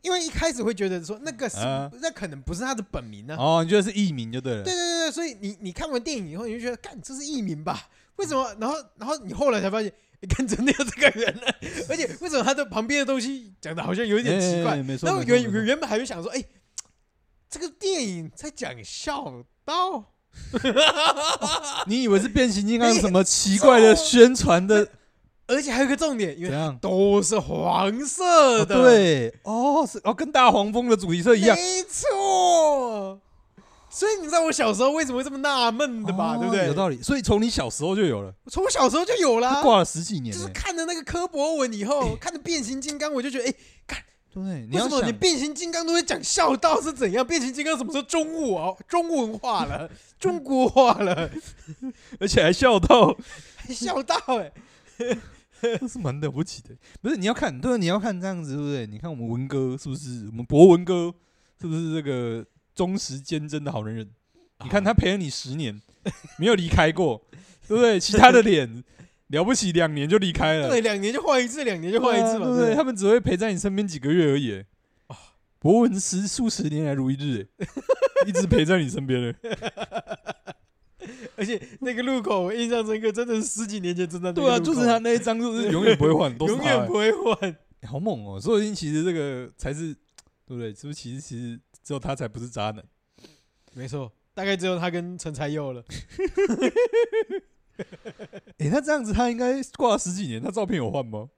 Speaker 1: 因为一开始会觉得说那个是
Speaker 2: 啊
Speaker 1: 那可能不是他的本名呢。
Speaker 2: 哦，你觉得是艺名就对了。
Speaker 1: 对对对对，所以你你看完电影以后，你就觉得，干这是艺名吧？为什么？然后然后你后来才发现，你看真的有这个人了， 而且为什么他的旁边的东西讲的好像有一点奇怪？
Speaker 2: 哎没错。
Speaker 1: 然后
Speaker 2: 没错
Speaker 1: 原
Speaker 2: 没错
Speaker 1: 原本还会想说，哎、这个电影在讲孝道，
Speaker 2: 你以为是变形金
Speaker 1: 哎
Speaker 2: 刚什么奇怪
Speaker 1: 哦
Speaker 2: 的宣传的？
Speaker 1: 而且还有一个重点，因
Speaker 2: 怎
Speaker 1: 为
Speaker 2: 样？
Speaker 1: 都是黄色
Speaker 2: 哦
Speaker 1: 的，，
Speaker 2: 对，哦，是哦，跟大黄蜂的主题色一样，
Speaker 1: 没错。所以你知道我小时候为什么会这么纳闷的吧？
Speaker 2: 哦
Speaker 1: 对不对？
Speaker 2: 有道理，所以从你小时候就有了，
Speaker 1: 我从我小时候就有啦、
Speaker 2: 他挂了十几年
Speaker 1: 就是
Speaker 2: 欸，
Speaker 1: 看了那个柯博文以 后，看了变形金刚，我就觉得，哎、
Speaker 2: 对，你
Speaker 1: 为
Speaker 2: 要
Speaker 1: 什么
Speaker 2: 想
Speaker 1: 你变形金刚都会讲孝道是怎样？变形金刚什么时候中 文中文化了，中国化了，
Speaker 2: 而且还笑到，
Speaker 1: 还孝道哎、
Speaker 2: 这是蛮了不起的。不是你要看，对，你要看这样子，对不对？你看我们文哥是不是？我们博文哥是不是这个忠实坚贞的好男人？你看他陪了你十年，没有离开过，对不对？其他的脸了不起，两年就离开了，
Speaker 1: 对，两年就换一次，两年就换一次嘛，
Speaker 2: 对啊对不
Speaker 1: 对
Speaker 2: 对？
Speaker 1: 不对？
Speaker 2: 他们只会陪在你身边几个月而已、欸。博文十数十年来如一日、欸，一直陪在你身边欸了。
Speaker 1: 而且那个路口我印象深刻，真的是十几年前真的那个
Speaker 2: 对啊，
Speaker 1: 路口
Speaker 2: 就是他那一张，就是 永远不会换，都是
Speaker 1: 永
Speaker 2: 他
Speaker 1: 远
Speaker 2: 欸
Speaker 1: 不会换。
Speaker 2: 欸好猛哦、所以其实这个才是对不对？是不是其实其实只有他才不是渣男？
Speaker 1: 没错，大概只有他跟陈才佑了。
Speaker 2: 诶、那这样子他应该挂了十几年，他照片有换吗？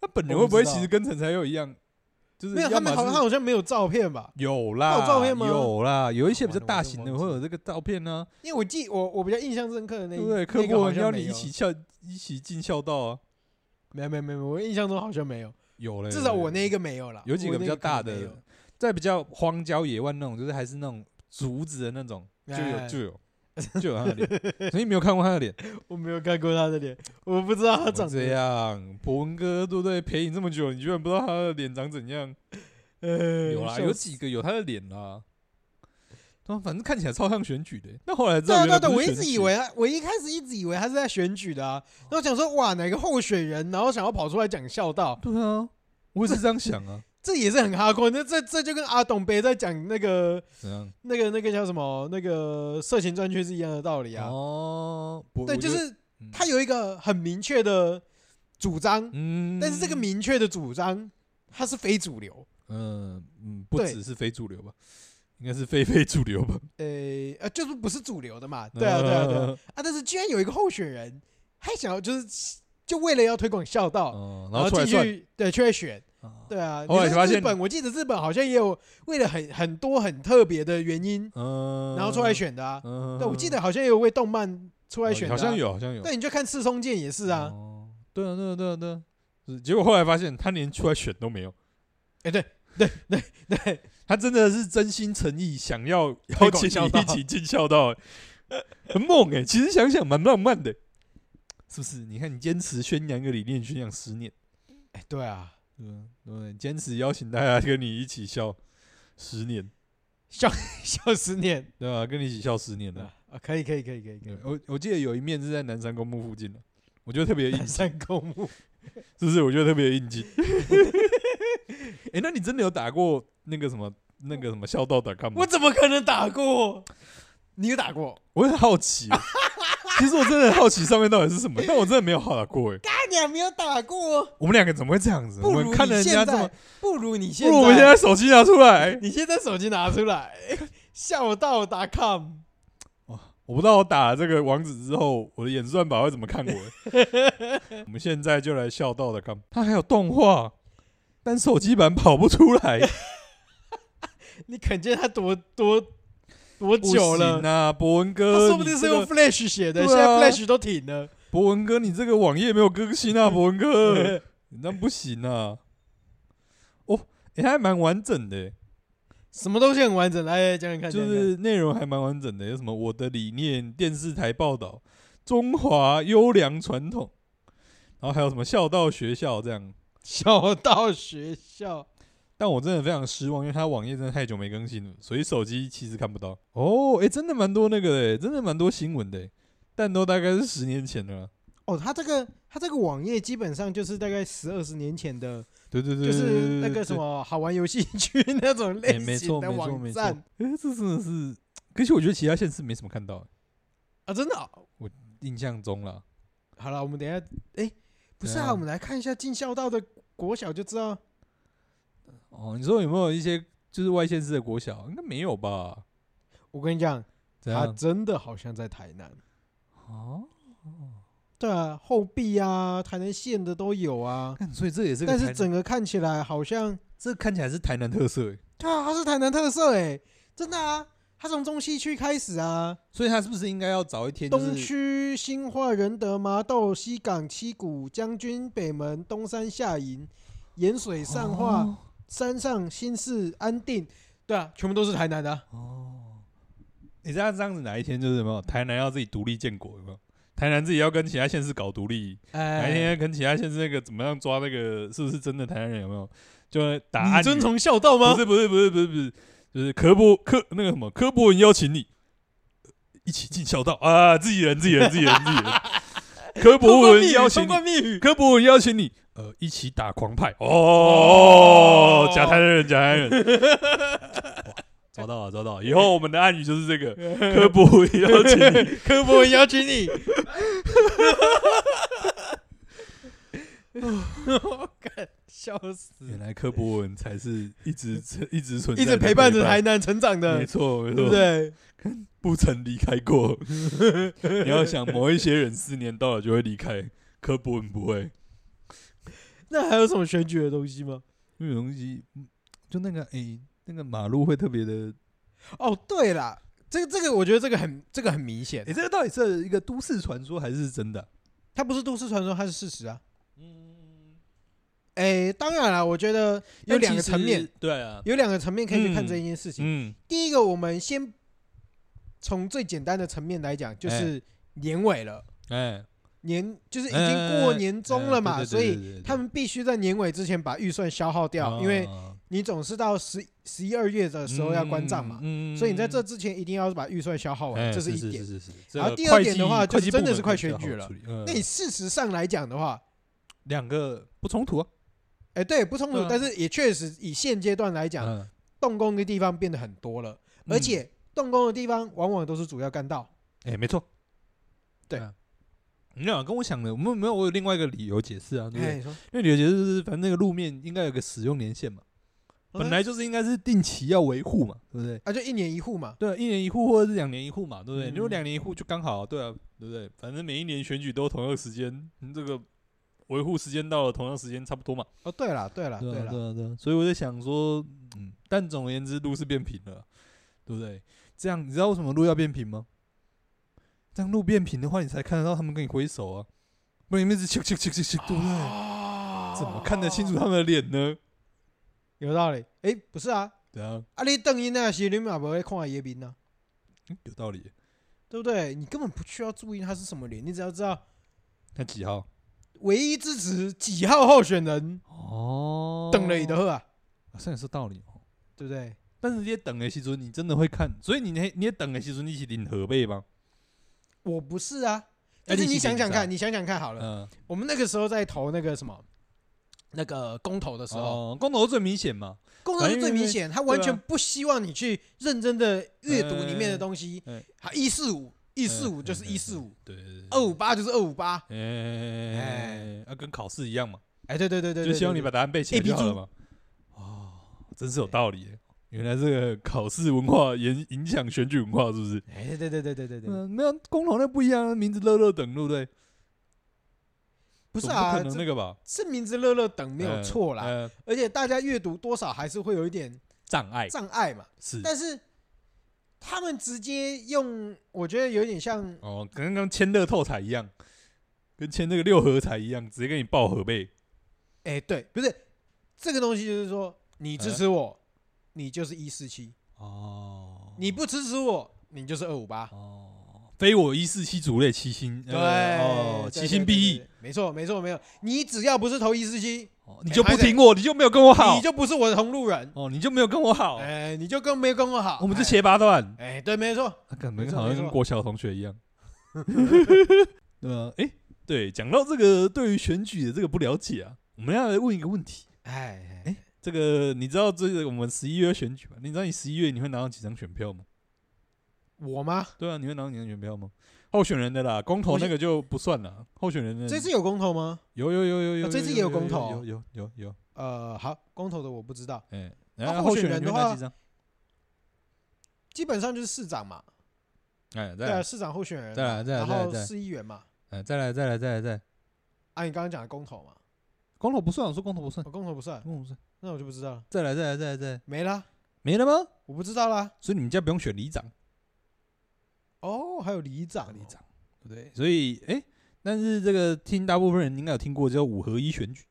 Speaker 2: 他本人
Speaker 1: 我
Speaker 2: 会
Speaker 1: 不
Speaker 2: 不会
Speaker 1: 知道
Speaker 2: 其实跟陈才佑一样，就是
Speaker 1: 没有，
Speaker 2: 要
Speaker 1: 他
Speaker 2: 么
Speaker 1: 们好像
Speaker 2: 是
Speaker 1: 他好像没有照片吧？
Speaker 2: 有啦，
Speaker 1: 他有照片吗哦
Speaker 2: 有啦，有一些比较
Speaker 1: 完了
Speaker 2: 大
Speaker 1: 我真
Speaker 2: 型
Speaker 1: 忘
Speaker 2: 的
Speaker 1: 记
Speaker 2: 会
Speaker 1: 了
Speaker 2: 有这个照片呢、
Speaker 1: 因为我记我我比较印象深刻的那
Speaker 2: 对不对？
Speaker 1: 一
Speaker 2: 柯
Speaker 1: 那个
Speaker 2: 博
Speaker 1: 好
Speaker 2: 文
Speaker 1: 像
Speaker 2: 邀
Speaker 1: 没
Speaker 2: 你一
Speaker 1: 有
Speaker 2: 起校一起进校道啊，
Speaker 1: 没有没有没有，我印象中好像没有，
Speaker 2: 有嘞，
Speaker 1: 至少我那一
Speaker 2: 个
Speaker 1: 个没有啦。
Speaker 2: 有几
Speaker 1: 我
Speaker 2: 个
Speaker 1: 那
Speaker 2: 比较
Speaker 1: 可能
Speaker 2: 大
Speaker 1: 没
Speaker 2: 的
Speaker 1: 有，
Speaker 2: 在比较荒郊野外那种，就是还是那种竹子的那种，就有
Speaker 1: 哎
Speaker 2: 就有就有他的脸， 所以没有看过他的脸。
Speaker 1: 我没有看过他的脸，我不知道他
Speaker 2: 怎
Speaker 1: 长
Speaker 2: 么这
Speaker 1: 怎样。
Speaker 2: 样，博文哥对不对？陪你这么久，你居然不知道他的脸长怎样？
Speaker 1: 呃，
Speaker 2: 有啦，
Speaker 1: 笑
Speaker 2: 有
Speaker 1: 死
Speaker 2: 几个有他的脸啦。对啊反正看起来超像选举的欸、那后来知
Speaker 1: 对
Speaker 2: 道
Speaker 1: 啊
Speaker 2: 原来
Speaker 1: 对对，
Speaker 2: 不
Speaker 1: 我
Speaker 2: 是
Speaker 1: 一
Speaker 2: 选
Speaker 1: 直
Speaker 2: 举
Speaker 1: 以为他，我一开始一直以为他是在选举的啊。然后想说，哇，哪个候选人，然后想要跑出来讲孝道，
Speaker 2: 对啊，我也是这样 想啊。
Speaker 1: 这也是很哈扣。那这这就跟阿董北在讲那个
Speaker 2: 怎样？
Speaker 1: 那个那个叫什么那个色情专缺是一样的道理啊。
Speaker 2: 哦，不
Speaker 1: 对，
Speaker 2: 我
Speaker 1: 就
Speaker 2: 觉得
Speaker 1: 是
Speaker 2: 嗯
Speaker 1: 他有一个很明确的主张，
Speaker 2: 嗯，
Speaker 1: 但是这个明确的主张，它是非主流。
Speaker 2: 嗯嗯，不
Speaker 1: 对
Speaker 2: 只是非主流吧，应该是非非主流吧？
Speaker 1: 呃呃，就是不是主流的嘛，对啊，对啊，对啊，
Speaker 2: 嗯
Speaker 1: 啊！但是居然有一个候选人还想要，就是就为了要推广孝道，
Speaker 2: 嗯，
Speaker 1: 然
Speaker 2: 然后
Speaker 1: 后
Speaker 2: 出来
Speaker 1: 进
Speaker 2: 算，
Speaker 1: 去对去选，
Speaker 2: 啊
Speaker 1: 对啊。
Speaker 2: 后来
Speaker 1: 你说
Speaker 2: 发现
Speaker 1: 日本，我记得日本好像也有为了很很多很特别的原因，
Speaker 2: 嗯，
Speaker 1: 然后出来选的啊。
Speaker 2: 嗯，嗯，
Speaker 1: 对，我记得好像也有为动漫出来
Speaker 2: 哦
Speaker 1: 选的，啊
Speaker 2: 好像。有，好像有，
Speaker 1: 对，你就看赤松健也是啊，
Speaker 2: 哦，对啊，对啊，对啊，对啊。是结果后来发现他连出来选都没有，
Speaker 1: 哎，对对对对，
Speaker 2: 他真的是真心诚意想要邀
Speaker 1: 推广
Speaker 2: 请
Speaker 1: 孝
Speaker 2: 你
Speaker 1: 道
Speaker 2: 一起进校道、 欸，很猛哎、其实想想蛮浪漫的、是不是？你看你坚持宣扬一个理念，宣扬十年，
Speaker 1: 哎，对啊，
Speaker 2: 对啊对不对，坚持邀请大家跟你一起笑十年，
Speaker 1: 笑 死你！
Speaker 2: 对吧、跟你一起笑十年了。
Speaker 1: 啊，可以可以可以可以可
Speaker 2: 对
Speaker 1: 以，
Speaker 2: 我我记得有一面是在南山公墓附近的，我觉得特别应
Speaker 1: 南，山公墓，
Speaker 2: 是不是？我觉得特别应景。 哎、那你真的有打过那个什么那个什么孝道打干嘛？
Speaker 1: 我怎么可能打过？你有打过？
Speaker 2: 我很好奇，哦其实我真的很好奇上面到底是什么，但我真的没有好打过哎。
Speaker 1: 干你还没有打过，
Speaker 2: 我们两个怎么会这样子？我
Speaker 1: 不
Speaker 2: 们
Speaker 1: 如
Speaker 2: 看了
Speaker 1: 你
Speaker 2: 人家
Speaker 1: 现
Speaker 2: 这么
Speaker 1: 在，，不如你现
Speaker 2: 不如我们现
Speaker 1: 在，
Speaker 2: 在手机拿出来。
Speaker 1: 你现在手机拿出来，笑到打 com，
Speaker 2: 我不知道我打了这个网址之后，我的演算法会怎么看我欸。 我们现在就来笑到的看，它还有动画，但手机版跑不出来，
Speaker 1: 你肯见他多多多
Speaker 2: 不
Speaker 1: 久了
Speaker 2: 行？啊，博文
Speaker 1: 他
Speaker 2: 哥，
Speaker 1: 说不定
Speaker 2: 你
Speaker 1: 是
Speaker 2: 这个
Speaker 1: 用 Flash 写的，
Speaker 2: 对啊
Speaker 1: 现在 Flash 都停了。
Speaker 2: 博文哥，你这个网页没有更新 啊，博文
Speaker 1: 嗯
Speaker 2: 哥，那不行啊。哦，欸还蛮完整的欸。
Speaker 1: 什么东西很完整？来来讲讲看，
Speaker 2: 就
Speaker 1: 讲讲看
Speaker 2: 是内容还蛮完整的，有什么我的理念、电视台报道、中华优良传统，然后还有什么孝道学校这样。
Speaker 1: 笑到学校，
Speaker 2: 但我真的非常失望，因为它网页真的太久没更新了，所以手机其实看不到。哦，诶、真的蛮多那个的、真的蛮多新闻的、但都大概是十年前了啦。
Speaker 1: 哦，他这个他这个网页基本上就是大概十二十年前的，
Speaker 2: 对对对，
Speaker 1: 就是那个什
Speaker 2: 对，
Speaker 1: 么好玩游戏区 那种
Speaker 2: 哎、
Speaker 1: 类
Speaker 2: 没
Speaker 1: 型
Speaker 2: 错
Speaker 1: 的
Speaker 2: 没错
Speaker 1: 网
Speaker 2: 没错。
Speaker 1: 站
Speaker 2: 诶、这真的是，可是我觉得其他县市没什么看到、
Speaker 1: 啊，真的哦。
Speaker 2: 印象中啦。
Speaker 1: 好了，我们等一下，哎，不是
Speaker 2: 怎
Speaker 1: 啊，
Speaker 2: 样
Speaker 1: 我们来看一下进校道的国小就知道。
Speaker 2: 哦，你说有没有一些就是外县市的国小？应该没有吧？
Speaker 1: 我跟你讲，
Speaker 2: 怎
Speaker 1: 他
Speaker 2: 样？
Speaker 1: 真的好像在台南。
Speaker 2: 哦，
Speaker 1: 对啊，后壁啊，台南县的都有啊，
Speaker 2: 看， 所以这也是个
Speaker 1: 但
Speaker 2: 台
Speaker 1: 是
Speaker 2: 南
Speaker 1: 整个看起来好像，
Speaker 2: 这看起来是台南特色欸，
Speaker 1: 对啊，它是台南特色哎、真的啊，它从中西区开始啊，
Speaker 2: 所以他是不是应该要早一天、就是？
Speaker 1: 东区、新化、仁德、麻豆、西港、七股、将军、北门、东山、下营、盐水、上化、
Speaker 2: 哦
Speaker 1: 山上、新市、安定，对啊，全部都是台南的啊、
Speaker 2: 哦，你知道这样子哪一天就是什么？台南要自己独立建国有没有？台南自己要跟其他县市搞独立，哪一天
Speaker 1: 哎，
Speaker 2: 要跟其他县市那个怎么样抓那个是不是真的台南人有没有？就打案
Speaker 1: 你遵从孝道吗
Speaker 2: 不？是不是不是不是不是，就是柯博柯那个什么柯博文邀请你，一起尽孝道啊！自己人，自己人，自己人，自己人。柯
Speaker 1: 通
Speaker 2: 博
Speaker 1: 关密
Speaker 2: 文邀
Speaker 1: 语，通
Speaker 2: 请你，
Speaker 1: 关密语，
Speaker 2: 柯博文邀请你，呃，一起打狂派哦
Speaker 1: 哦，
Speaker 2: 假台人，假台 人，哇抓到了，抓到了！以后我们的暗语就是这个，柯博文邀请 你，
Speaker 1: 柯博文邀请 你。我哦干，笑死！
Speaker 2: 原来柯博文才是一直一直存在
Speaker 1: 一
Speaker 2: 的，
Speaker 1: 直陪伴着台南成长
Speaker 2: 没
Speaker 1: 的，
Speaker 2: 错，没
Speaker 1: 对
Speaker 2: 错
Speaker 1: 不，对？
Speaker 2: 不曾离开过。 你要想，某一些人四年到了就会离开，柯博文不会。
Speaker 1: 那还有什么选举的东西吗？
Speaker 2: 那个东西，嗯就那个诶、那个马路会特别的。
Speaker 1: 哦，对啦，这个这个，我觉得这个很这个很明显
Speaker 2: 诶、，这个到底是一个都市传说还是真的、
Speaker 1: 它不是都市传说，它是事实啊。
Speaker 2: 嗯，
Speaker 1: 哎，当然啦，我觉得有两个层面，。
Speaker 2: 对啊，
Speaker 1: 有两个层面可以去看这件事情。
Speaker 2: 嗯，
Speaker 1: 第一个，我们先从最简单的层面来讲，就是年尾了，
Speaker 2: 哎、
Speaker 1: 年嗯就是已经过年终了嘛，所以
Speaker 2: 以
Speaker 1: 他们必须在年尾之前把预算消耗
Speaker 2: 哦
Speaker 1: 掉，因为你总是到十十一二月的时候要关账嘛，
Speaker 2: 嗯哎
Speaker 1: 所以你在这之前一定要把预算消耗完，这
Speaker 2: 是
Speaker 1: 一点。
Speaker 2: 是是是。
Speaker 1: 然后
Speaker 2: 这个
Speaker 1: 第二
Speaker 2: 会
Speaker 1: 点的
Speaker 2: 计
Speaker 1: 话就
Speaker 2: 会计
Speaker 1: 真
Speaker 2: 部
Speaker 1: 的
Speaker 2: 门
Speaker 1: 是快
Speaker 2: 比较
Speaker 1: 选
Speaker 2: 好
Speaker 1: 举了
Speaker 2: 处理。嗯
Speaker 1: 那你事实上来讲的话，
Speaker 2: 两个不冲突啊？
Speaker 1: 哎，对，不冲
Speaker 2: 对
Speaker 1: 突
Speaker 2: 啊，
Speaker 1: 但是也确实以现阶段来讲，
Speaker 2: 嗯，
Speaker 1: 动工的地方变得很多了，而且动工的地方往往都是主要干道。
Speaker 2: 哎、没错，
Speaker 1: 对
Speaker 2: 啊。没有啊跟我想的，我们没有，我有另外一个理由解释啊，对不对？
Speaker 1: 哎，你说哦
Speaker 2: 因为理由解释就是，反正那个路面应该有个使用年限嘛，本
Speaker 1: OK
Speaker 2: 来就是应该是定期要维护嘛，对不对？
Speaker 1: 啊，就一年一户嘛，
Speaker 2: 对，一年一户或者是两年一户嘛，对不对？
Speaker 1: 嗯
Speaker 2: 如果两年一户就刚好，对啊，对不对？反正每一年选举都同样时间，嗯这个维护时间到了同样时间差不多嘛，
Speaker 1: 哦，对了，对了，
Speaker 2: 对啊，
Speaker 1: 了，
Speaker 2: 对啊，对啊。所以我在想说，嗯，但总而言之，路是变平了，对不对？这样你知道为什么路要变平吗？这样路变平的话，你才看得到他们跟你挥手啊，不然你们一直咻咻咻咻咻，对不对？
Speaker 1: 哦
Speaker 2: 怎么看得清楚？他们的脸呢？
Speaker 1: 有道理。哎，不是啊，
Speaker 2: 对啊，
Speaker 1: 啊，你邓英那些你嘛不会看叶斌呐，
Speaker 2: 嗯有道理。
Speaker 1: 啊对不对？你根本不需要注意他是什么脸，你只要知道
Speaker 2: 那几号？
Speaker 1: 唯一支持几号候选人，
Speaker 2: 哦
Speaker 1: 等了你的，喝啊，
Speaker 2: 好像也是道理哦。
Speaker 1: 对不对？
Speaker 2: 但是你也等的时阵，你真的会看，所以你那你也等的时阵，你是领河背吗？
Speaker 1: 我不是啊，
Speaker 2: 哎
Speaker 1: 但是你想想看，你想想看好了，
Speaker 2: 嗯，
Speaker 1: 我们那个时候在投那个什么。那个公投的时候，
Speaker 2: 哦，哎公投最明显嘛，
Speaker 1: 公投是最明显，他完
Speaker 2: 啊
Speaker 1: 全不希望你去认真的阅读里面的东西
Speaker 2: 嗯嗯嗯。
Speaker 1: 好，一四五一四
Speaker 2: 哎
Speaker 1: 五就是一四五，
Speaker 2: 对对对，
Speaker 1: 二五八就是二五八。
Speaker 2: 哦哎，啊，跟考试一样嘛，
Speaker 1: 哎，对对对对，
Speaker 2: 就
Speaker 1: 对哎
Speaker 2: 希望你把答案背起来
Speaker 1: AB
Speaker 2: 就好了嘛。哦，真是有道理耶，原来这个考试文化影影响选举文化是不是？
Speaker 1: 对哎，对对对对对对，
Speaker 2: 嗯，没有公投那不一样，啊名字乐乐等，对不对？
Speaker 1: 不是
Speaker 2: 总
Speaker 1: 啊，
Speaker 2: 可能
Speaker 1: 这
Speaker 2: 那个吧，
Speaker 1: 是名字乐乐等没有
Speaker 2: 呃
Speaker 1: 错啦，
Speaker 2: 呃
Speaker 1: 而且大家阅读多少还是会有一点
Speaker 2: 障碍
Speaker 1: 障碍嘛。
Speaker 2: 是
Speaker 1: 但是他们直接用，我觉得有点像
Speaker 2: 哦，跟刚签乐透彩一样，跟签那个六合彩一样，直接给你报盒背。
Speaker 1: 哎、对，不是这个东西，就是说你支持我，你就是一四七；
Speaker 2: 哦
Speaker 1: 你不支持我，你就是二五八。
Speaker 2: 哦，非我一四七族类，其心
Speaker 1: 对，
Speaker 2: 哦，
Speaker 1: 对
Speaker 2: 其心必，
Speaker 1: 对对
Speaker 2: 异
Speaker 1: 对。对没错，没错，没有。你只要不是投一四七，
Speaker 2: 哦你就不听我，你就没有跟我好
Speaker 1: 哎你，就不是我的同路人，
Speaker 2: 哦，你就没有跟我好，
Speaker 1: 哎、你就跟没跟我好，
Speaker 2: 我们是
Speaker 1: 哎
Speaker 2: 斜八段，
Speaker 1: 哎、对，没错，
Speaker 2: 啊感觉
Speaker 1: 没错
Speaker 2: 好像
Speaker 1: 没
Speaker 2: 跟
Speaker 1: 错
Speaker 2: 国小同学一样。对啊，哎，对，讲到这个对于选举的这个不了解啊，我们要来问一个问题。
Speaker 1: 哎
Speaker 2: 哎这个你知道这个我们十一月选举嘛？你知道你十一月你会拿到几张选票吗？
Speaker 1: 我吗？
Speaker 2: 对啊，你会拿到你的选票吗？候选人的啦，公投
Speaker 1: 我
Speaker 2: 那
Speaker 1: 先
Speaker 2: 个就不算了。候选人的
Speaker 1: 这次有公投吗？
Speaker 2: 有有有有有，
Speaker 1: 啊这次
Speaker 2: 有
Speaker 1: 也有
Speaker 2: 有
Speaker 1: 公投
Speaker 2: 有有有有，
Speaker 1: 呃，好，公投的我不知道，
Speaker 2: 哎，
Speaker 1: 啊
Speaker 2: 然后
Speaker 1: 候
Speaker 2: 候
Speaker 1: 选
Speaker 2: 选人
Speaker 1: 人
Speaker 2: 你
Speaker 1: 的
Speaker 2: 会拿
Speaker 1: 话
Speaker 2: 几张？
Speaker 1: 基本上就是市长嘛，
Speaker 2: 哎，
Speaker 1: 对
Speaker 2: 再
Speaker 1: 啊，
Speaker 2: 来，
Speaker 1: 市长候选人
Speaker 2: 再
Speaker 1: 嘛，
Speaker 2: 来再来
Speaker 1: 然
Speaker 2: 再来
Speaker 1: 后
Speaker 2: 再来
Speaker 1: 市议员嘛，
Speaker 2: 哎，再来，再来，再来，再来。
Speaker 1: 啊，你刚刚讲的公投嘛，
Speaker 2: 公投不算，我说公投不算，
Speaker 1: 我公投不算，
Speaker 2: 公投不算。
Speaker 1: 那我就不知道了，
Speaker 2: 再来，再来，再来，再来，
Speaker 1: 没啦，
Speaker 2: 没了吗？
Speaker 1: 我不知道啦。
Speaker 2: 所以你们家不用选里长，
Speaker 1: 哦，还有里长哦，
Speaker 2: 里长，对不对？所以，哎，但是这个听大部分人应该有听过叫五合一选举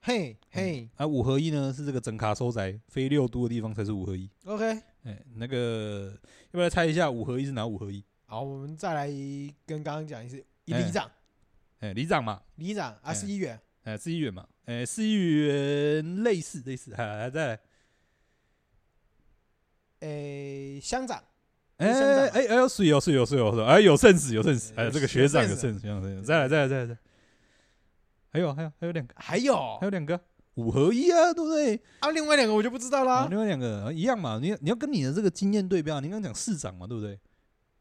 Speaker 1: 嘿嘿
Speaker 2: 啊。五合一呢是这个整卡收宅非六都的地方才是五合一。
Speaker 1: ，OK，
Speaker 2: 哎，那个要不要来猜一下五合一是哪五合一？
Speaker 1: 好，我们再来跟刚刚讲一次，一
Speaker 2: 哎
Speaker 1: 里长，
Speaker 2: 哎，里长嘛，
Speaker 1: 里长啊，
Speaker 2: 哎
Speaker 1: 市议员，
Speaker 2: 哎，市议员嘛，哎，市议员类似类似，还再来，
Speaker 1: 诶，乡长，
Speaker 2: 哎
Speaker 1: 乡长
Speaker 2: 哎哎哎，是有是有是有是有，哎有 sense 有 sense，哎
Speaker 1: 有
Speaker 2: 这个学长有
Speaker 1: sense
Speaker 2: sense 有 sense，再来再来再来再来，还有还有还有两个，
Speaker 1: 还有
Speaker 2: 还有两个哦五合一啊，对不对？
Speaker 1: 啊，另外两个我就不知道啦
Speaker 2: 啊，。另外两个啊一样嘛，你你要跟你的这个经验对标，你刚刚讲市长嘛，对不对？